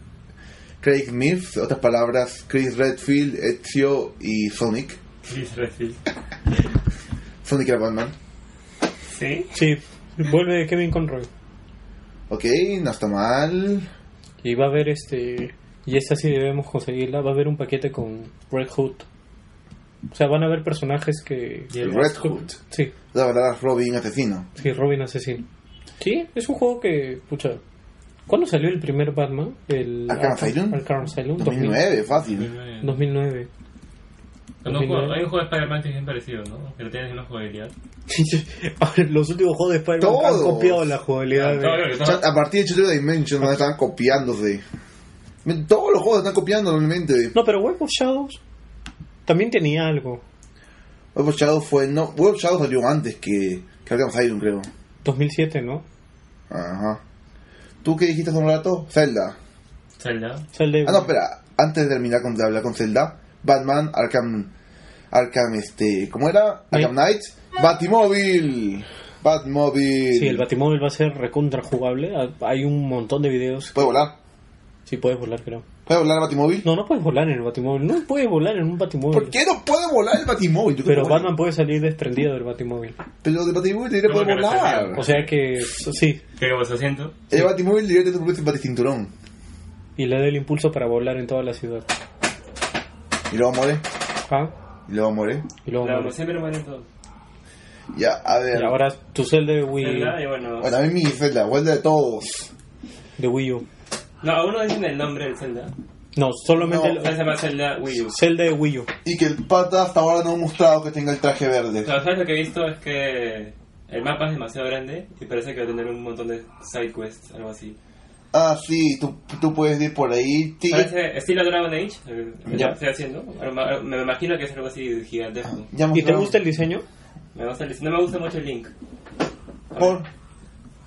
S1: Craig Smith, otras palabras, Chris Redfield, Ezio y Sonic.
S3: Chris Redfield.
S1: Sonic era Batman.
S3: ¿Sí?
S2: Sí, vuelve Kevin Conroy.
S1: Ok, no está mal.
S2: Y va a haber este. Y esta sí debemos conseguirla. Va a haber un paquete con Red Hood. O sea, van a haber personajes que.
S3: Y
S1: El
S3: el-
S1: Red Hood.
S2: Sí,
S1: La verdad, Robin asesino.
S2: sí, Robin Asesino. Sí, es un juego que. Pucha. ¿Cuándo salió el primer Batman? El
S1: Arkham Asylum.
S2: Arkham Asylum,
S1: 2009, fácil.
S2: 2000-
S3: No,
S2: 2009.
S3: un juego- hay un juego de Spider-Man que es bien parecido, ¿no? Que lo tienes en una jugabilidad.
S2: Los últimos juegos de Spider-Man
S1: Todos.
S2: han copiado la jugabilidad
S1: eh,
S3: Todo
S2: de.
S3: lo que
S1: O sea,
S3: todo-
S1: a partir de Chuteo Dimension donde están copiándose. Men, Todos los juegos están copiando realmente.
S2: No, pero Web of Shadows también tenía algo.
S1: Web of Shadow fue. No, Web of Shadow salió antes que, que Arkham Asylum, creo.
S2: 2007, ¿no?
S1: Ajá. ¿Tú qué dijiste hace un rato? Zelda.
S3: Zelda.
S2: O sea, el de-
S1: Ah, no, espera. Antes de terminar con, de hablar con Zelda, Batman, Arkham. Arkham, este. ¿Cómo era? Arkham Knight. Batimóvil. Batmóvil.
S2: Sí, el Batimóvil va a ser recontra jugable. Hay un montón de videos.
S1: ¿Puede volar?
S2: Sí, puedes volar, creo.
S1: ¿Puede volar el Batimóvil?
S2: No, no puedes volar en el Batimóvil. No puedes volar en un Batimóvil.
S1: ¿Por qué no puede volar el Batimóvil? Yo creo
S2: Pero
S1: que-
S2: Batman puede salir desprendido del Batimóvil.
S1: Pero el Batimóvil debería
S3: ¿Cómo
S1: poder
S3: que no se
S1: volar.
S3: vea?
S2: O sea que sí.
S3: Que como su asiento.
S1: El Batimóvil debería tener un baticinturón.
S2: Y le da el impulso para volar en toda la ciudad.
S1: Y luego muere.
S2: Ah,
S1: Y luego muere.
S2: y luego
S3: La
S2: muere.
S3: siempre lo mueren todos.
S1: Ya, a ver.
S2: Y ahora tu cel de Wii,
S3: Zelda, y bueno,
S1: Bueno, eh. a mí mi Zelda, vuelta de todos.
S2: de Wii U.
S3: No, aún no dicen el nombre del Zelda.
S2: No, solamente
S1: No.
S3: O sea, Se llama Zelda Wii U.
S2: el cel de Wii U.
S1: Y que el pata hasta ahora no ha mostrado que tenga el traje verde.
S3: No, ¿sabes lo que he visto? Es que el mapa es demasiado grande y parece que va a tener un montón de side quests, algo así.
S1: Ah, sí, tú, tú puedes ir por ahí. Ti-
S3: Parece estilo Dragon Age, eh, que
S1: Ya.
S3: estoy haciendo. Algo- Me imagino que es algo así gigantesco.
S1: ya
S2: ¿Y te
S1: mostraron.
S2: gusta el diseño?
S3: Me gusta el- no me gusta mucho el Link,
S1: Por...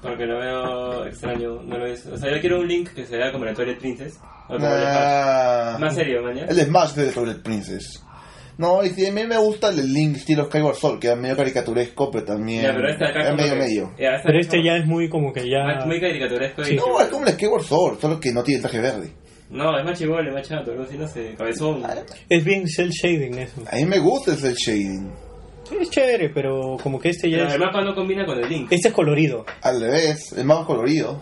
S3: porque lo veo extraño. No lo es. O sea, yo quiero un Link que se vea como la Toilet Princess. O como el Smash.
S1: Nah.
S3: Más serio, mañana.
S1: El Smash de Toilet Princess. No, y sí, a mí me gusta el de Link estilo Skyward Sword, que es medio caricaturesco, pero también
S3: Ya, pero este acá
S1: es
S3: como
S1: medio
S3: que-
S1: medio.
S3: ya, este
S2: Pero
S3: acá
S2: este
S3: como-
S2: ya es muy como que ya...
S3: más- muy caricaturesco
S2: Sí.
S3: y...
S1: No, es como el Skyward Sword, solo que no tiene el traje verde.
S3: No, es más chivole, más chato, algo así, no sé, cabezón.
S1: Ah,
S2: Es bien cel shading eso.
S1: A mí me gusta ese shading.
S2: Sí, es chévere, pero como que este ya
S3: Pero
S2: es...
S3: el mapa no combina con el Link.
S2: Este es colorido.
S1: Al revés, el más colorido.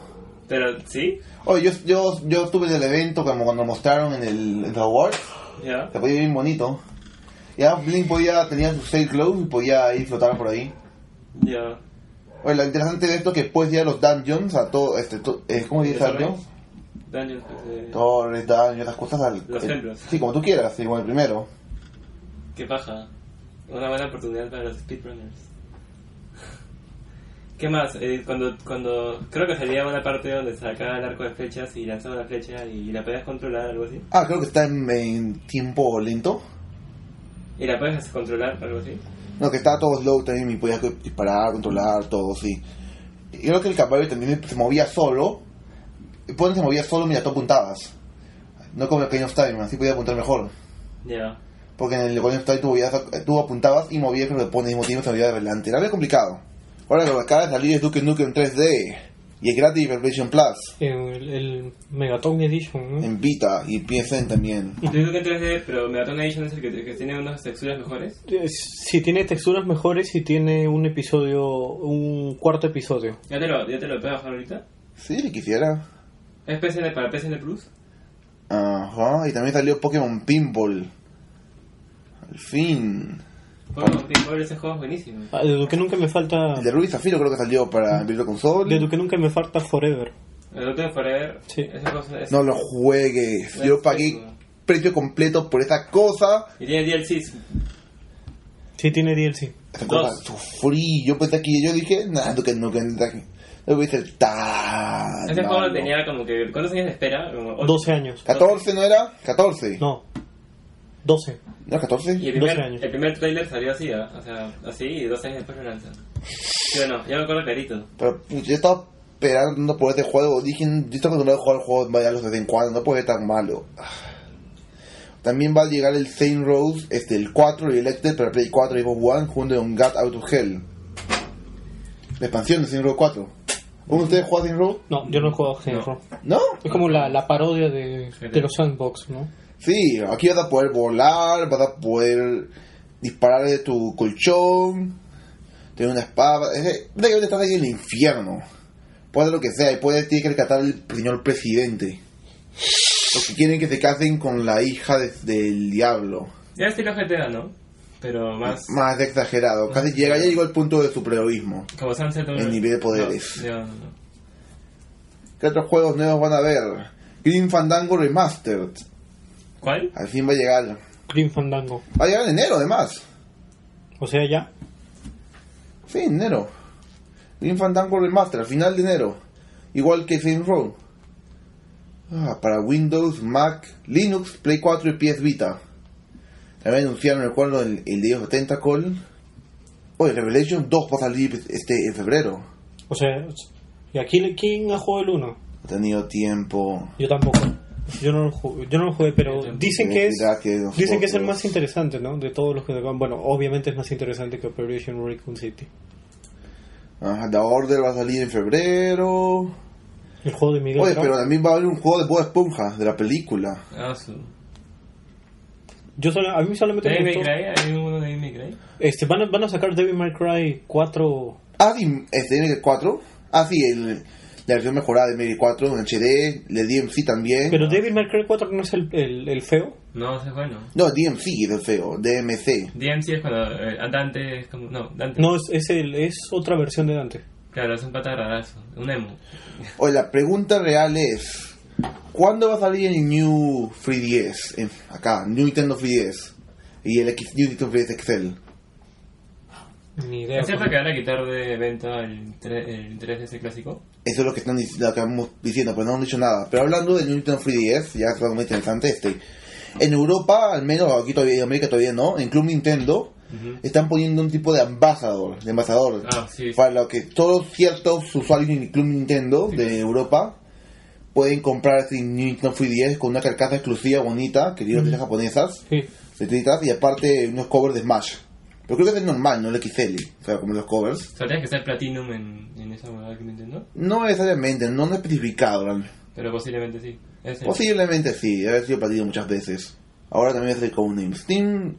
S3: Pero, ¿sí?
S1: Oye, yo, yo, yo estuve en el evento como cuando lo mostraron en el en The Awards,
S3: Ya.
S1: se podía ir bien bonito. Ya Blink podía, tenía su sail clothes y podía ir flotar por ahí.
S3: Ya.
S1: Oye, lo interesante de esto es que después ya los dungeons, a todo, este, to- eh, ¿cómo se dice dungeons?
S3: Dungeons, pues, eh,
S1: Torres, daños, las cosas al...
S3: Los
S1: el-
S3: templos.
S1: Sí, como tú quieras, sí, como el primero.
S3: qué paja. Una buena oportunidad para los speedrunners. ¿Qué más? Eh, cuando, cuando creo que salía una parte donde sacaba el arco de flechas y lanzaba una flecha y la podías controlar, algo así.
S1: Ah, creo que está en, en tiempo lento.
S3: Y la podías controlar, algo así.
S1: No, que estaba todo slow también y podías disparar, controlar, todo, sí. Y creo que el caballo también se movía solo. Y Pone se movía solo mientras tú apuntabas. No como el Ocarina of Time, así podía apuntar mejor.
S3: Ya.
S1: Porque en el Ocarina of Time tú, movías- tú apuntabas y movías, pero pone al mismo tiempo se movía adelante. Era bien complicado. Ahora lo que acaba de salir es Duke Nukem 3D. Y es gratis para PlayStation Plus.
S2: El, el Megaton Edition, ¿no?
S1: En Vita y PSN también.
S3: Yo digo que en 3D, pero Megaton Edition es el que, que tiene unas texturas mejores.
S2: Es- Si tiene texturas mejores y tiene un episodio, un cuarto episodio.
S3: Ya te lo, ya te lo puedo bajar ahorita.
S1: Sí, si quisiera.
S3: Es PSN para PSN Plus.
S1: Ajá, y también salió Pokémon Pinball. Al fin.
S3: Pokémon Pinball, ese juego es buenísimo.
S2: Ah, De lo que nunca me falta...
S1: El de Ruby Zafiro creo que salió para Virtual
S2: Mm. De lo
S1: Console.
S2: que nunca me falta Forever.
S3: El otro de Forever,
S2: Sí.
S3: esa cosa es...
S1: No lo juegues. Yo pagué precio completo por esa cosa.
S3: Y tiene DLCs.
S2: Sí tiene DLC.
S1: Esa cosa
S3: Dos.
S1: sufrí. Yo pensé que yo dije, nada, no que no que no que no voy a ser tan.
S3: Ese juego
S1: malo".
S3: tenía como que... ¿Cuántos años de espera? Como ocho.
S2: 12 años.
S1: 14 no era? 14.
S2: No. 12.
S1: ¿No era
S3: Y
S1: 14?
S3: el primer,
S2: 12 años.
S3: el primer trailer salió así, ¿ah? o sea, así, y dos años después lo lanzan. Sí o no, ya me acuerdo clarito.
S1: Pero pucha, yo estaba esperando por este juego. Dije, yo estoy acostumbrado a jugar juegos malos de vez en cuando. No puede ser tan malo. También va a llegar el Saint Rose, este, el 4 y el Elected para Play 4 y Xbox One junto con Gat Out of Hell. La expansión de Saint Row 4. ¿Uno de ustedes juega Saint Row?
S2: No, yo no he jugado Saints
S3: No.
S2: Row.
S1: ¿No?
S2: Es como la, la parodia de, de los sandbox, ¿no?
S1: Sí, aquí vas a poder volar, vas a poder disparar de tu colchón, tener una espada. Es de- prácticamente estás ahí en el infierno. Puedes hacer lo que sea y puedes tienes que rescatar al señor presidente. Los que quieren que se casen con la hija de- del diablo.
S3: Ya estilo GTA, ¿no? Pero más...
S1: Más exagerado. Casi llega, ya llegó al punto de superheroísmo.
S3: Como Sunset
S1: El nivel de poderes.
S3: No, ya, no.
S1: ¿Qué otros juegos nuevos van a ver? Green Fandango Remastered.
S3: ¿Cuál?
S1: Al fin va a llegar.
S2: Green Fandango.
S1: Va a llegar en enero, además.
S2: O sea, ya.
S1: Sí, en enero. Green Fandango Remaster, al final de enero. Igual que Saints Row. Ah, para Windows, Mac, Linux, Play 4 y PS Vita. También anunciaron, recuerdo, el, el Day of Tentacle. Oye, Revelation 2 va a salir este en febrero.
S2: O sea, ¿y aquí quién ha jugado el 1?
S1: Ha tenido tiempo.
S2: Yo tampoco. Yo no lo jugué, yo no lo jugué pero dicen que es
S1: Felicidad que nosotros-
S2: dicen que es el más interesante, ¿no? De todos los que sacaron. Bueno, obviamente es más interesante que Operation Raccoon City.
S1: Ajá, The Order va a salir en febrero.
S2: El juego de Miguel
S1: Oye,
S2: Grau.
S1: pero también va a haber un juego de Bob Esponja, de la película.
S3: Ah, su...
S2: Yo solo, a mí solamente
S3: ¿David
S2: me gustó.
S3: McRae? ¿Hay uno de David McRae?
S2: Este, van, a, van a sacar Devil May Cry 4.
S1: Ah, sí, este, en el 4. Ah, sí, el, la versión mejorada de Melee 4 en HD, de DMC también.
S2: Pero Devil May Cry 4 no es el, el, el feo.
S3: No, ese es bueno.
S1: No, DMC es el feo, DMC.
S3: DMC es cuando eh, Dante es como. No, Dante.
S2: No, es, es, el, es otra versión de Dante.
S3: Claro, es un pata rarazo. Un emo.
S1: Oye, la pregunta real es: ¿Cuándo va a salir el New 3DS? En- acá, New Nintendo 3DS. Y el X, New Nintendo 3DS Excel.
S2: Ni idea.
S3: ¿Es cierto
S2: pues.
S3: que van a quitar de venta el, tre- el 3DS clásico?
S1: Eso es lo que están dic- lo que estamos diciendo, pero no han dicho nada. Pero hablando del New Nintendo 3DS, ya es algo muy interesante este. En Europa, al menos aquí todavía, en América todavía no, en Club Nintendo,
S3: Ujú.
S1: están poniendo un tipo de embajador, de embajador,
S3: Ah, sí, sí.
S1: para lo que todos ciertos usuarios en Club Nintendo de Europa pueden comprar este New Nintendo 3DS con una carcasa exclusiva bonita, que tiene las japonesas,
S2: Sí.
S1: letritas, y aparte unos covers de Smash. Pero creo que es el normal, no el XL, o sea, como los covers.
S3: O sea, tienes que ser Platinum en, en esa huevada que me entiendo.
S1: No necesariamente, no han especificado, realmente.
S3: Pero posiblemente sí. Es el-
S1: Posiblemente sí, debe haber sido partido muchas veces. Ahora también es con un Steam,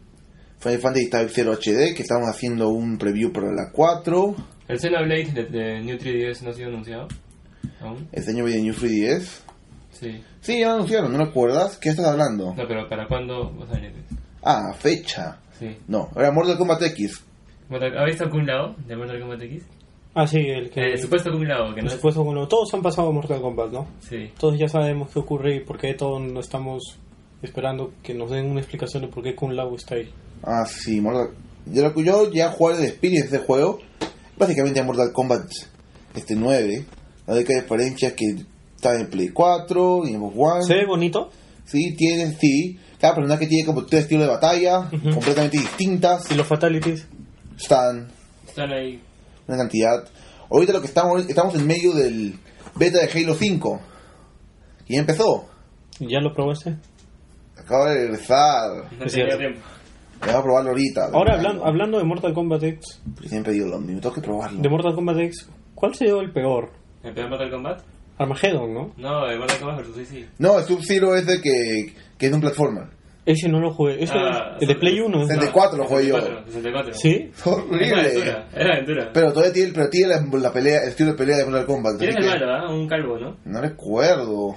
S1: Final Fantasy Type 0 HD, que estamos haciendo un preview para la 4,
S3: El Xenoblade de, de New 3DS no ha sido anunciado. ¿Aún?
S1: el señor de Este New 3DS.
S3: Sí.
S1: Sí, ya lo anunciaron, ¿no recuerdas? ¿Qué estás hablando?
S3: No, pero ¿para cuándo va a salir?
S1: Ah, fecha.
S3: Sí.
S1: No, era Mortal Kombat X.
S3: Mortal- ¿Ha visto Kun Lao de Mortal Kombat X?
S2: Ah, sí, el que.
S3: El Eh, supuesto Kun Lao, que
S2: el
S3: no es...
S2: supuesto bueno, todos han pasado a Mortal Kombat, ¿no?
S3: Sí.
S2: Todos ya sabemos qué ocurre y por qué todos no estamos esperando que nos den una explicación de por qué Kun Lao está ahí.
S1: Ah, sí, Mortal Yo, lo que- yo ya jugué el experience de juego, básicamente a Mortal Kombat este 9. La única diferencia es que está en Play 4 y en Xbox One.
S2: ¿Se ve bonito?
S1: Sí, tiene, sí. Cada personaje tiene como tres estilos de batalla, completamente distintas.
S2: ¿Y los Fatalities?
S1: Están
S3: Están ahí.
S1: una cantidad. Ahorita lo que estamos, estamos en medio del beta de Halo 5. Y ya empezó.
S2: ¿Ya lo probaste?
S1: Acaba de regresar.
S3: No
S2: Es
S3: tenía
S2: cierto.
S3: tiempo.
S1: Vamos a probarlo ahorita.
S2: Ahora, hablando, hablando de Mortal Kombat X,
S1: Siempre digo lo mismo, tengo que probarlo.
S2: de Mortal Kombat X, ¿cuál se dio el peor?
S3: ¿El primer Mortal Kombat?
S2: Armageddon, ¿no?
S3: No, el Mortal Kombat vs. DC.
S1: No, el Sub-Zero es de que, que es de un platformer.
S2: Ese no lo jugué. Ese
S3: Ah,
S2: el de Play 1.
S1: el de- 64 lo jugué yo.
S3: 64, 64.
S2: ¿Sí?
S1: Es
S3: Es una
S1: horrible.
S3: aventura. Era aventura.
S1: Pero todavía tiene, pero tiene la, la pelea, el estilo de pelea de Mortal Kombat. así
S3: Tienes el
S1: que-
S3: malo, ¿ah? Un calvo, ¿no?
S1: No recuerdo.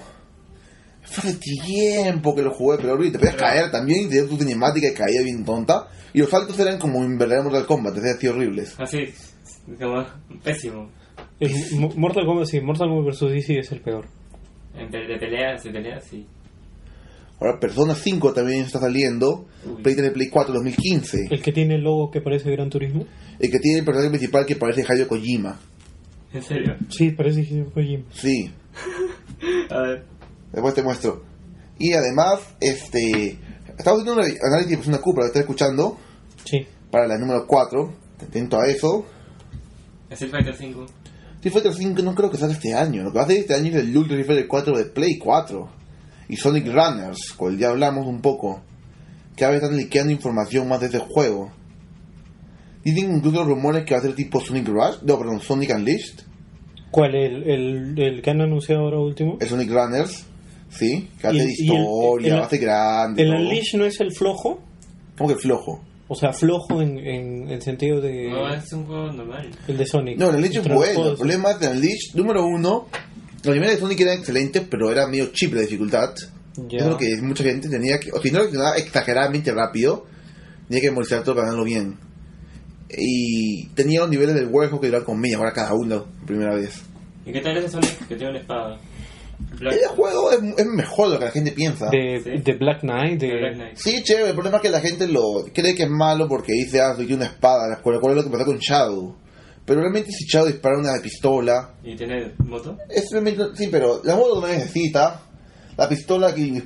S1: Fue hace tiempo que lo jugué, pero ahorita te podías caer también y tenías tu cinemática que caía bien tonta. Y los saltos eran como en verdadero Mortal Kombat, te hacías así horribles.
S3: Así. Como pésimo.
S2: Es Mo- Mortal Kombat, sí. Mortal Kombat vs. DC es el peor.
S3: En pe- de peleas, de peleas, sí.
S1: Ahora Persona 5 también está saliendo,
S3: Uy.
S1: Play 3 Play 4 2015.
S2: El que tiene el logo que parece Gran Turismo.
S1: El que tiene el personaje principal que parece Hayo Kojima.
S3: En serio.
S2: Sí, parece Hideo Kojima.
S1: Sí,
S3: A ver.
S1: después te muestro. Y además, este. Estamos haciendo un análisis de Persona Q para lo que está escuchando,
S2: Sí.
S1: para la número 4. Atento a eso.
S3: Street Fighter 5.
S1: Street Fighter 5 no creo que salga este año. Lo que va a salir este año es el Ultra Street Fighter 4 de Play 4. Y Sonic Runners, con el ya hablamos un poco. Cada vez están liqueando información más de ese juego. Dicen incluso los rumores que va a ser tipo Sonic Rush. No, perdón, Sonic Unleashed.
S2: ¿Cuál? ¿El, el, el que han anunciado ahora último?
S1: El Sonic Runners. Sí, que va a
S2: Y-
S1: ser
S2: y el-
S1: historia,
S2: el-
S1: va a ser grande.
S2: ¿El
S1: todo.
S2: Unleash no es el flojo?
S1: Como que flojo.
S2: O sea, flojo en, en, en sentido de...
S3: No, es un juego normal.
S2: El de Sonic.
S1: No, el Unleashed es
S2: Pero
S1: bueno.
S2: todos-
S1: El problema es de Unleashed, número uno. Los niveles de Sonic eran excelentes, pero era medio chip la dificultad.
S2: Ya.
S1: Yo creo que mucha gente tenía que, o si no lo accionaba exageradamente rápido, tenía que memorizar todo para ganarlo bien. Y tenía los niveles del hueco que duraban con millas, ahora cada uno, primera vez.
S3: ¿Y qué tal ese Sonic que tiene una espada? Black.
S1: El juego es, es mejor de lo que la gente piensa.
S2: De,
S3: Sí.
S2: de Black Knight. De...
S3: Black Knight.
S1: Sí, chévere, el problema es que la gente lo cree que es malo porque dice, ah, soy una espada, con lo cual es lo que pasó con Shadow. Pero realmente si Shadow dispara una pistola,
S3: ¿Y tiene moto?
S1: es realmente, sí, pero la moto no necesita, la pistola que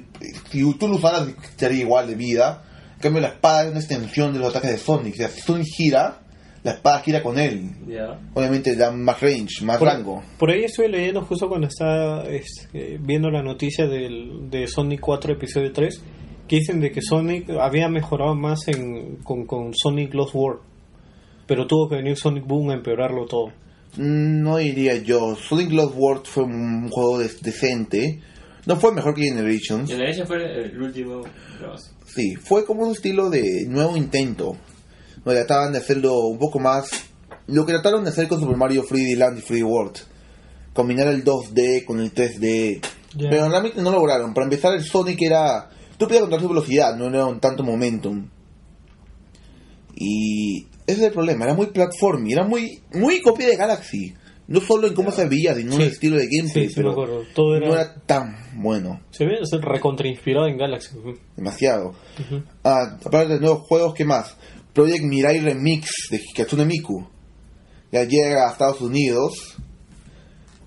S1: si tú lo usaras estaría igual de vida, en cambio la espada es una extensión de los ataques de Sonic, o sea, si Sonic gira, la espada gira con él,
S3: Ya.
S1: obviamente da más range, más
S2: Por,
S1: rango.
S2: por ahí estuve leyendo justo cuando estaba es, eh, viendo la noticia del, de Sonic 4 episodio 3 que dicen de que Sonic había mejorado más en, con, con Sonic Lost World pero tuvo que venir Sonic Boom a empeorarlo todo
S1: Mm, No diría yo, Sonic Lost World fue un juego de- decente, no fue mejor que Generations,
S3: Generation fue el último. No,
S1: Sí, fue como un estilo de nuevo intento. Donde trataban de hacerlo un poco más. Lo que trataron de hacer con Super Mario 3D Land y Free World. combinar el 2D con el 3D. Pero realmente no lograron. Para empezar, el Sonic era. Tú podías contar su velocidad, no era un tanto momentum. Y ese es el problema, era muy platform, era muy muy copia de Galaxy. No solo en cómo se veía, sino en el estilo de gameplay,
S2: Sí, sí, me
S1: pero
S2: acuerdo. Todo era-
S1: no era tan bueno,
S2: Se ve ser recontrainspirado en Galaxy. ujú.
S1: demasiado. Ah, aparte de nuevos juegos, ¿qué más? Project Mirai Remix de Hikatsune Miku. Ya llega a Estados Unidos.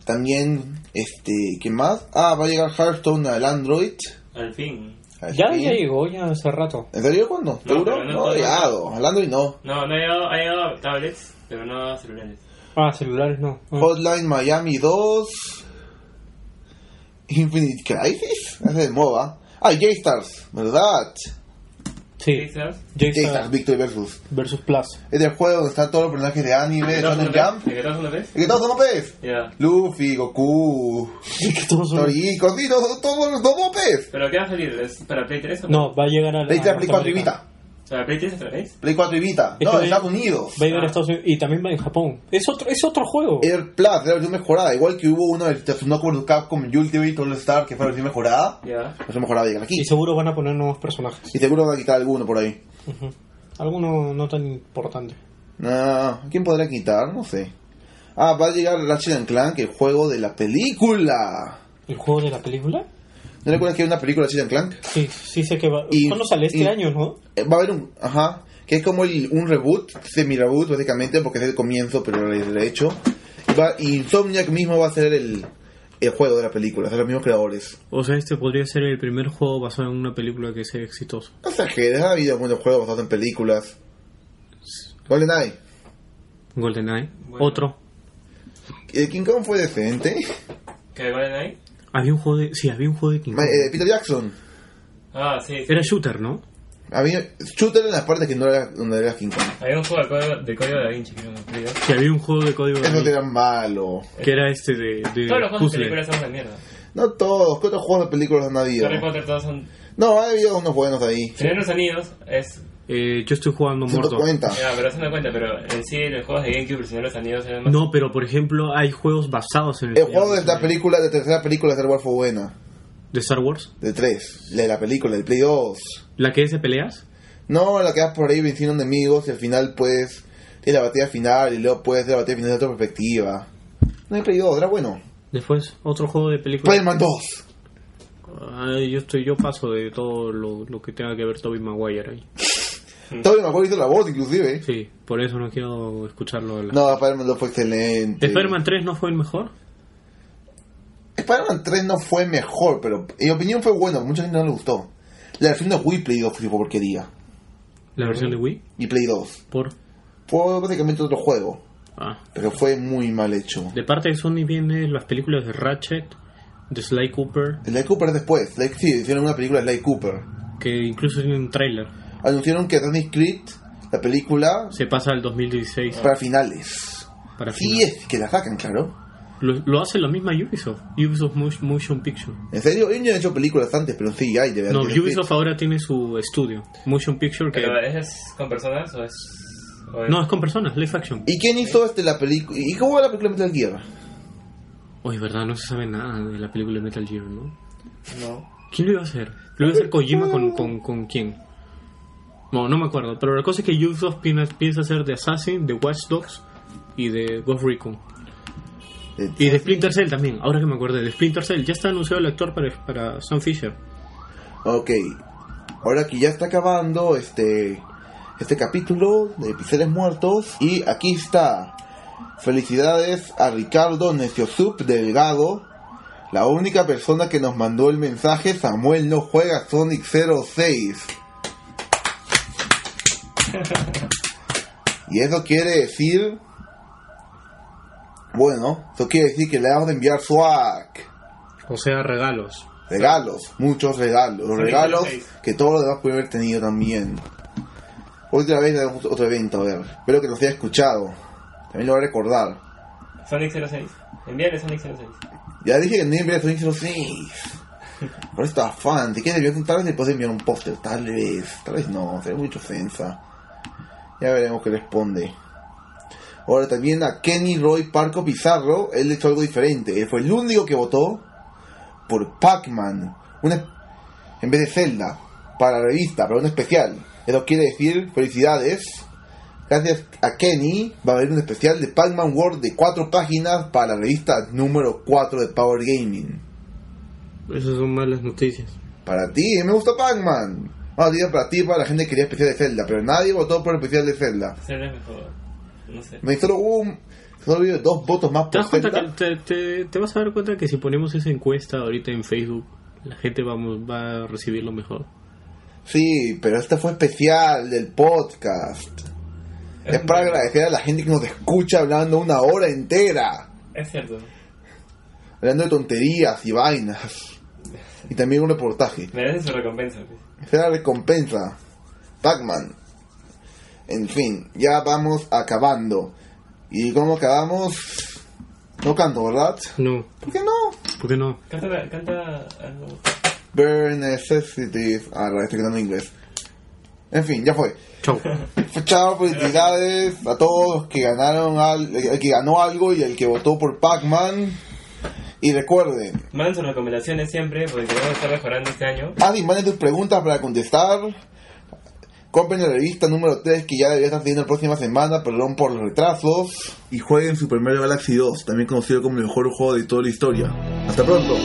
S1: También, este, ¿qué más? Ah, va a llegar Hearthstone al Android.
S3: Al fin.
S1: Al
S2: Ya,
S1: fin.
S2: ya llegó, ya hace rato.
S1: ¿En serio cuándo? ¿Seguro?
S3: pero no
S1: No, ha
S3: todavía.
S1: llegado. Al Android no.
S3: No, no ha llegado, ha llegado a tablets, pero no a celulares.
S2: Ah, celulares no. Ah.
S1: Hotline Miami 2. Infinite Crisis. Ese es de MOBA. Ah, J-Stars, ¿verdad?
S2: Sí,
S3: ¿Sí, sabes?
S1: J-Stars
S2: J-Star
S1: Victory vs.
S2: versus Plus.
S1: Es el juego donde están todos los personajes de anime, de
S3: ¿De
S1: Shonen Jump.
S3: ¿De qué estás una vez?
S1: Y que todos son OPs.
S3: Ya.
S1: Luffy, Goku,
S2: Todos son-
S1: Toriko, sí, todos son todos son OPs.
S3: ¿Pero qué va a salir? ¿Es para Play 3 o
S2: No, va a llegar a la.
S1: Play 3, Play 4 y
S2: Norteamérica.
S1: Vita.
S3: ¿Para Play 3 otra vez?
S1: Play 4 y Vita.
S2: Es
S1: No,
S2: que
S1: en
S2: me-
S1: Estados Unidos.
S2: Va a
S3: Ah.
S2: llegar a Estados Unidos y también va en Japón. Es otro, es otro juego.
S1: Air Plus, era la versión mejorada. Igual que hubo uno de Tatsunoko vs. Capcom Ultimate All Star, que fue la versión mejorada.
S3: Ya.
S1: La versión mejorada llegar aquí.
S2: Y seguro van a poner nuevos personajes.
S1: Y seguro va a quitar alguno por ahí.
S2: Ujú. Alguno no tan importante.
S1: No, ¿quién podrá quitar? No sé. Ah, va a llegar Ratchet and Clank, el juego de la película.
S2: ¿El juego de la película?
S1: ¿No recuerdas que hay una película de Ratchet and Clank?
S2: Sí, sí sé que va.
S1: Y-
S2: ¿Cuándo sale este
S1: y-
S2: año, no?
S1: Eh, va a haber un... Ajá. Que es como el- un reboot, semi-reboot básicamente, porque es el comienzo, pero es el hecho. Y va, y Insomniac mismo va a ser el, el juego de la película, son los mismos creadores.
S2: O sea, este podría ser el primer juego basado en una película que sea exitoso.
S1: No exageres, ha habido muchos juegos basados en películas. GoldenEye.
S2: GoldenEye.
S3: Bueno.
S2: Otro.
S1: Eh, King Kong fue decente.
S3: ¿Que Golden Eye?
S2: Había un juego de. Sí, había un juego de King Kong.
S1: Eh, Peter Jackson.
S3: Ah, sí. sí.
S2: Era shooter, ¿no?
S1: Había shooter en las partes que no era, donde era King Kong.
S3: Había un juego de código de, código de Da Vinci que no me olvido.
S2: Que había un juego de código de
S1: Eso era malo.
S2: que era este de, de
S3: Todos los juegos de
S2: puzzle.
S3: películas son una mierda.
S1: No todos, ¿qué otros juegos de películas han habido?
S3: Harry Potter todos son...
S1: No, ha habido unos buenos ahí.
S3: Señor de los Anillos es...
S2: Eh, yo estoy jugando
S1: Se
S2: muerto.
S1: nos cuenta.
S3: Ya, pero se me cuenta, pero en sí los juegos de GameCube, el Señor de los Anillos eran más...
S2: No, pero por ejemplo hay juegos basados en
S1: El juego de la película, de tercera película de Star Wars fue buena.
S2: de Star Wars.
S1: De tres. La de la película, del Play 2.
S2: La que es de peleas.
S1: No, la que vas por ahí venciendo enemigos y al final pues... Tienes la batalla final y luego puedes hacer la batalla final de otra perspectiva. No hay Play 2, era bueno.
S2: Después otro juego de películas.
S1: Spider-Man 2.
S2: Ay, yo estoy, yo paso de todo lo, lo que tenga que ver Toby Maguire ahí.
S1: Todavía me acuerdo hizo la voz inclusive.
S2: Sí, por eso no quiero escucharlo. hablar.
S1: No, Spider-Man 2 fue excelente.
S2: Spider-Man 3 no fue el mejor.
S1: Spider-Man 3 no fue mejor, pero en mi opinión fue bueno. Mucha gente no le gustó. La versión de Wii Play 2 fue porquería.
S2: La versión de Wii
S1: Y Play 2.
S2: por
S1: Fue básicamente otro juego,
S2: ah.
S1: pero fue muy mal hecho.
S2: De parte de Sony vienen las películas de Ratchet, de Sly Cooper,
S1: Sly Cooper después. Sly, sí, hicieron una película de Sly Cooper.
S2: que incluso tienen un tráiler.
S1: Anunciaron que Assassin's Creed, la película,
S2: Se pasa al 2016
S1: para finales.
S2: para
S1: Sí,
S2: final.
S1: es que la sacan, claro.
S2: Lo, lo hace la misma Ubisoft. Ubisoft Mo- Motion Picture.
S1: En serio, ellos ya han hecho películas antes, pero sí hay, de verdad.
S2: No,
S1: Assassin's Creed.
S2: Ubisoft ahora tiene su estudio, Motion Picture, que...
S3: ¿Pero eh, pues- ¿es- es con personas o es...? o es-
S2: No, es con personas, live action.
S1: ¿Y quién hizo este, la película? ¿Y cómo va la película de Metal Gear?
S2: Oye, verdad, no se sabe nada de la película de Metal Gear, ¿no?
S1: No.
S2: ¿Quién lo iba a hacer? ¿Lo iba a hacer Kojima con, con, con quién? No, no me acuerdo, pero la cosa es que Ubisoft piensa, piensa hacer de Assassin, de Watch Dogs y de Ghost Recon.
S1: De-
S2: Y de Splinter Cell también, ahora que me acuerdo, de Splinter Cell. Ya está anunciado el actor para, para Sam Fisher.
S1: Ok. Ahora que ya está acabando este este capítulo de Pixeles Muertos y aquí está. Felicidades a Ricardo Neciosup Delgado, la única persona que nos mandó el mensaje Samuel no juega Sonic 06. Y eso quiere decir bueno, eso quiere decir que le vamos a enviar swag.
S2: O sea, regalos.
S1: Regalos, muchos regalos.
S3: Sí,
S1: regalos
S3: seis.
S1: que todos los demás pueden haber tenido también. Otra vez haremos otro evento, a ver. Espero que los haya escuchado. También lo voy a recordar.
S3: Sonic 06. Envíale Sonic 06.
S1: Ya dije que no envié Sonic 06. Por esto afán, si quieres enviar un tal vez después de enviar un póster, tal vez, tal vez no, sería mucha ofensa. Ya veremos qué responde. Ahora también a Kenny Roy Parco Pizarro, él hizo algo diferente. Él fue el único que votó por Pac-Man, una- en vez de Zelda, para la revista, para un especial. Eso quiere decir, felicidades. Gracias a Kenny va a haber un especial de Pac-Man World de 4 páginas para la revista número 4 de Power Gaming.
S2: Esas son malas noticias.
S1: Para ti, me gusta Pac-Man. Bueno, digo para ti, para la gente que quería especial de Zelda, pero nadie votó por el especial de Zelda.
S3: Zelda es mejor. No sé.
S1: Me solo hubo un, solo hubo dos votos más
S2: ¿Te,
S1: por
S2: das cuenta
S1: Zelda.
S2: que te, te- te vas a dar cuenta que si ponemos esa encuesta ahorita en Facebook, la gente va, va a recibirlo mejor.
S1: Sí, pero este fue especial del podcast. Es para agradecer a la gente que nos escucha hablando una hora entera.
S3: Es cierto.
S1: Hablando de tonterías y vainas. Y también un reportaje.
S3: Merece su recompensa. pues.
S1: Esa es la recompensa. Pac-Man. En fin, ya vamos acabando. ¿Y cómo acabamos? No canto, ¿verdad?
S2: No,
S1: ¿Por qué no?
S2: ¿por qué no?
S3: Canta, canta algo.
S1: Very necessities. Ah, no, estoy cantando en inglés. En fin, ya fue.
S2: Chau.
S1: Chao, felicidades a todos los que ganaron al, el que ganó algo y el que votó por Pac-Man. Y recuerden,
S3: Manden sus recomendaciones siempre porque vamos a estar mejorando este año.
S1: Adi, manden tus preguntas para contestar. Compren la revista número 3 que ya debería estar saliendo la próxima semana, perdón por los retrasos. Y jueguen Super Mario Galaxy 2, también conocido como el mejor juego de toda la historia. Hasta pronto.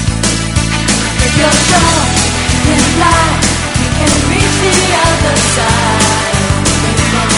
S4: If you're strong, you can fly, you can reach the other side.